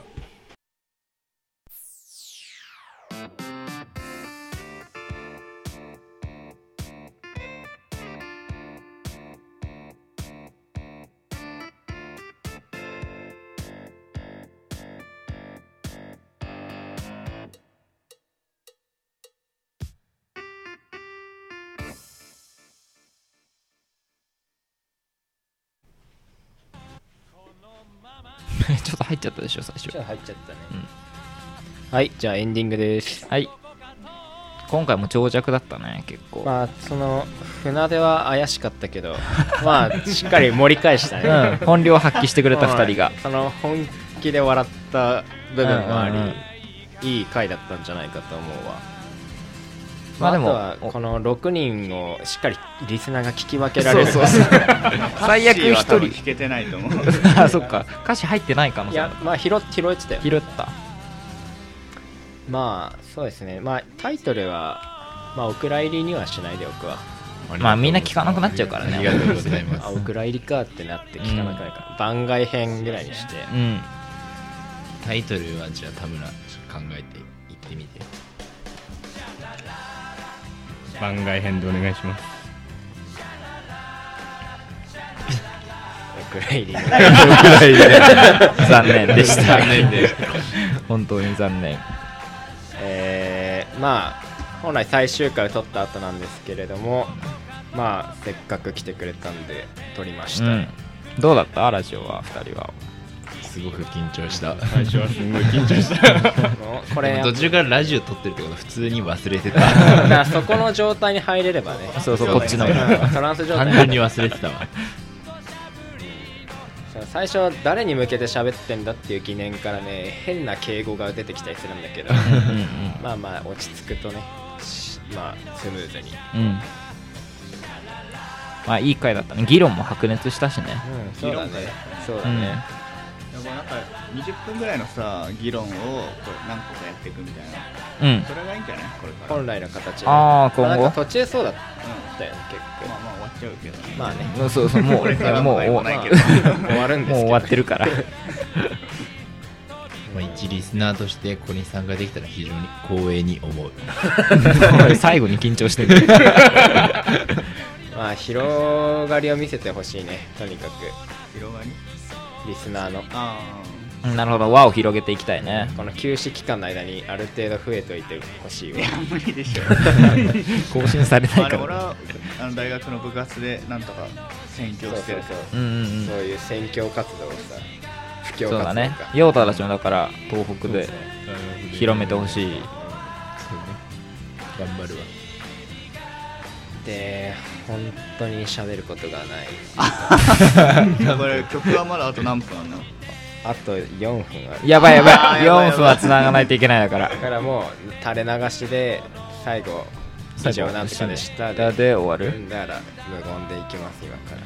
ちょっと入っちゃったでしょ最
ちょっと
初
入っちゃったね、はいじゃあエンディングです
はい今回も長尺だったね結構、
まあその船出は怪しかったけど <laughs> まあしっかり盛り返したね、
うん、本領発揮してくれた2人が
うんその本気で笑った部分もあり、
うんうん
いい回だったんじゃないかと思うわ
まあでも
あとはこの6人をしっかりリスナーが聞き分けられるそうそう
最悪
一
1
人
人
聞けてないと思 <laughs> う
あ <laughs> そっか歌詞入ってないかも
い
しれな
や
い
まあ拾拾えてたよ
拾った
まあそうですねまあタイトルはまあお蔵入りにはしないでおくわ
まあみんな聞かなくなっちゃうから
あり
ね
がとうございます。
あお蔵入りかってなって聞かなくなるから、番外編ぐらいにして
うん
タイトルはじゃあ田村ちょっと考えていってみて。
番外編でお願いします
お蔵入りに
残念でした
で。
<laughs> 本当に残念
えーまあ本来最終回を撮った後なんですけれどもまあせっかく来てくれたんで撮りました、
うんどうだったラジオは2人は
すごく緊張した。
最初はすごい緊張した
もうこ
で
れ
も途中からラジオ撮ってるってこと普通に忘れてた。
だからそこの <laughs> 状態に入れればね
そうそうこっちの
うんトランス状
単純
態
に忘れてたわ。
最初誰に向けて喋ってんだっていう疑念からね変な敬語が出てきたりするんだけどまあまあ落ち着くとねしまあスムーズに
うんまあいい回だったね議論も白熱したしね
うんそうだねそうだ
う
ね、
ん
でもなんか20分ぐらいのさ議論をこう何個かやっていくみたいな
うん
それがいいんじゃないこれから
本来の形で
ああ
まあ
今
なん
後
か途中そうだっ
う
たよね結
んまあまあ終わっちゃうけどね
構まあね
うんそうそう
<laughs>
もうもう終わ
ない
まあ
けど
<laughs> 終わるんですけど
<laughs> もう終わってる
<laughs>
から
まあ、一リスナーとしてここに参加できたら非常に光栄に思う。
最後に緊張してる
まあ広がりを見せてほしいねとにかく
広がり
リスナーの
あ
なるほど輪を広げていきたいね
この休止期間の間にある程度増えといてほしいわ
あ無理でし <laughs> ょ
更新されない
あ
か
れ俺
ら
はあの大学の部活でなんとか選
そう
挙
そうそ
して
う
るから
うんうんうん
そういう選挙活動をさ布教
そ
活動
う
か
だね陽太たちもだから東北で広めてほしい
頑張るわ。
で本当に喋ることがない
これ曲はまだあと何分あんの
あと4分ある
やばいやば
あー
い
やばいや
4
ばい
分は繋がないといけないだから
だからもう垂れ流しで最後以上なんとかでした
だで終わ
う
る
んだから無言でいきます今から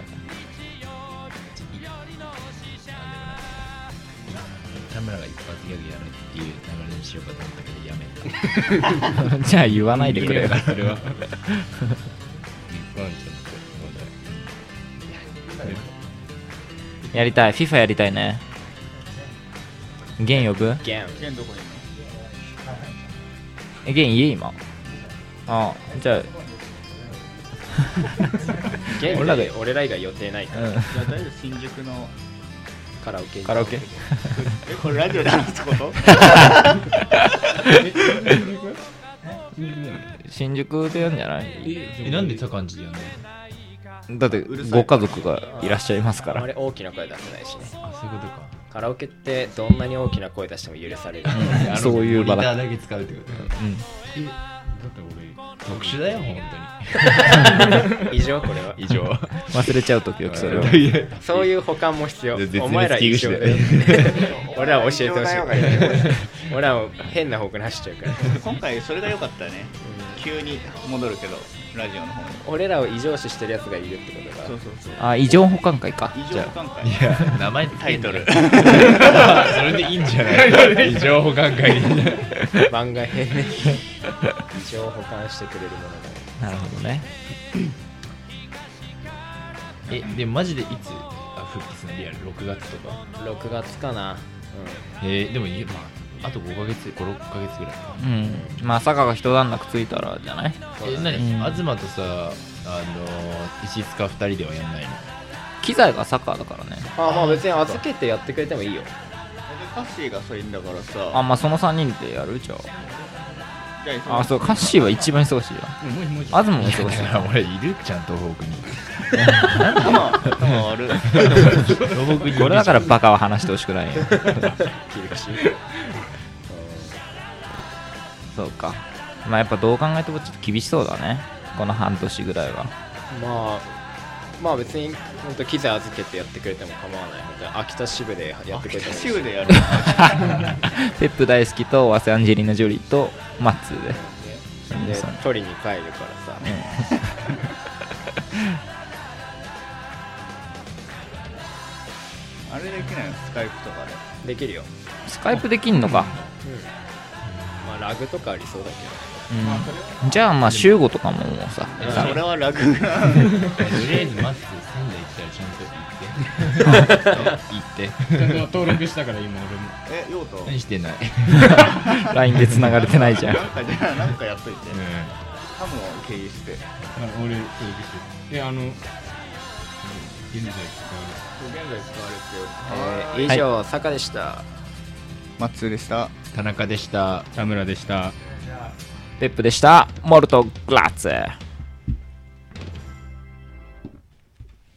田村が一発ギャグやるっていう流れにしようかと思ったけどやめた。
<laughs> じゃあ言わないでくれよ
<laughs>
それはワンちゃん
やりたい FIFA やりたいねゲン呼ぶ
ゲーム
県どこにい
えゲン家今ああじゃ
ゲーム
俺ら
俺ら以外予定ないか
あ
ら
うん
るのいや大丈夫新宿の
カラオケ
カラオケ
え <laughs> これラジオで話すこと <laughs>
新宿でやんじゃない
えなんでた感じだよね
だって
うるさい
ご家族がいらっしゃいますか
あま
ら
り大きな声出せないしね
あそういうことか
カラオケってどんなに大きな声出しても許
<laughs>
される
あの
そういう場だ
モニターだけ使うってことか特殊だよ本
以上これは
<laughs>
以上
忘れちゃう時々それは
そういう保管も必要
絶
お
滅
前ら以上だよ
危
俺らは教えてほしい
一応だよが
俺らは変な方向に走っちゃうから
今回それが良かったね急に戻るけどラジオの方に
俺らを異常視してるやつがいるってことが
そうそうそう
あ異常保管会か
異
じ
常
ゃ
感
当
慨
にいや名前
タイトル
<laughs> それでいいんじゃない <laughs> 異常保管会
番外編ね一応保管してくれるものが
あなるほどね
えでもマジでいつあ復帰するのリアル6月とか
6月かな、
えー、でもいやまああと5ヶ月56ヶ月ぐらいか
うんまあ坂が一段落ついたらじゃない
うん、そう
え
だね
何、
うん
東とさあのー石塚2人ではやんないの
機材がサッカーだからね
あまあ別に預けてやってくれてもいいよ
カッシーがそういうんだから
あ
さ
まあその3人でやるじゃ
じゃ
あ
あ
あそうカッシーは一番忙しいよ東も忙しい
だから俺いるちゃん東北に
頭頭悪い
東北にいるじゃん
これだからバカは話してほしくないよ
切り口
そうかまあやっぱどう考えてもちょっと厳しそうだねこの半年ぐらいは
まあまあ別に本当機材預けてやってくれても構わない本当に秋田支部でやってくれてもいい
シ
し
ューで <laughs> やる
ペップ大好きとワセアンジェリーナ・ジョリーとマッツーで
で取りに帰るからさ、
あれできないのスカイプとかで
できるよ、
スカイプできんのか、
まあ、ラグとかありそうだけ
うん、じゃあまあ週5とかももうさ
それは楽 <laughs>
とりあえずまず仙台行ったらちゃんと行って行って
ちゃんと登録したから今俺も
え用途
何してない
LINE で繋がれてないじゃん
なんかじゃあなんかやっといて
うん
ハムを経由して
あ俺登録してるえあの現在
現在使われて
ど、
る
えー以上、坂でした
マッツーでした
田中でした
田村でした
ペップでしたモルト・グラッツェ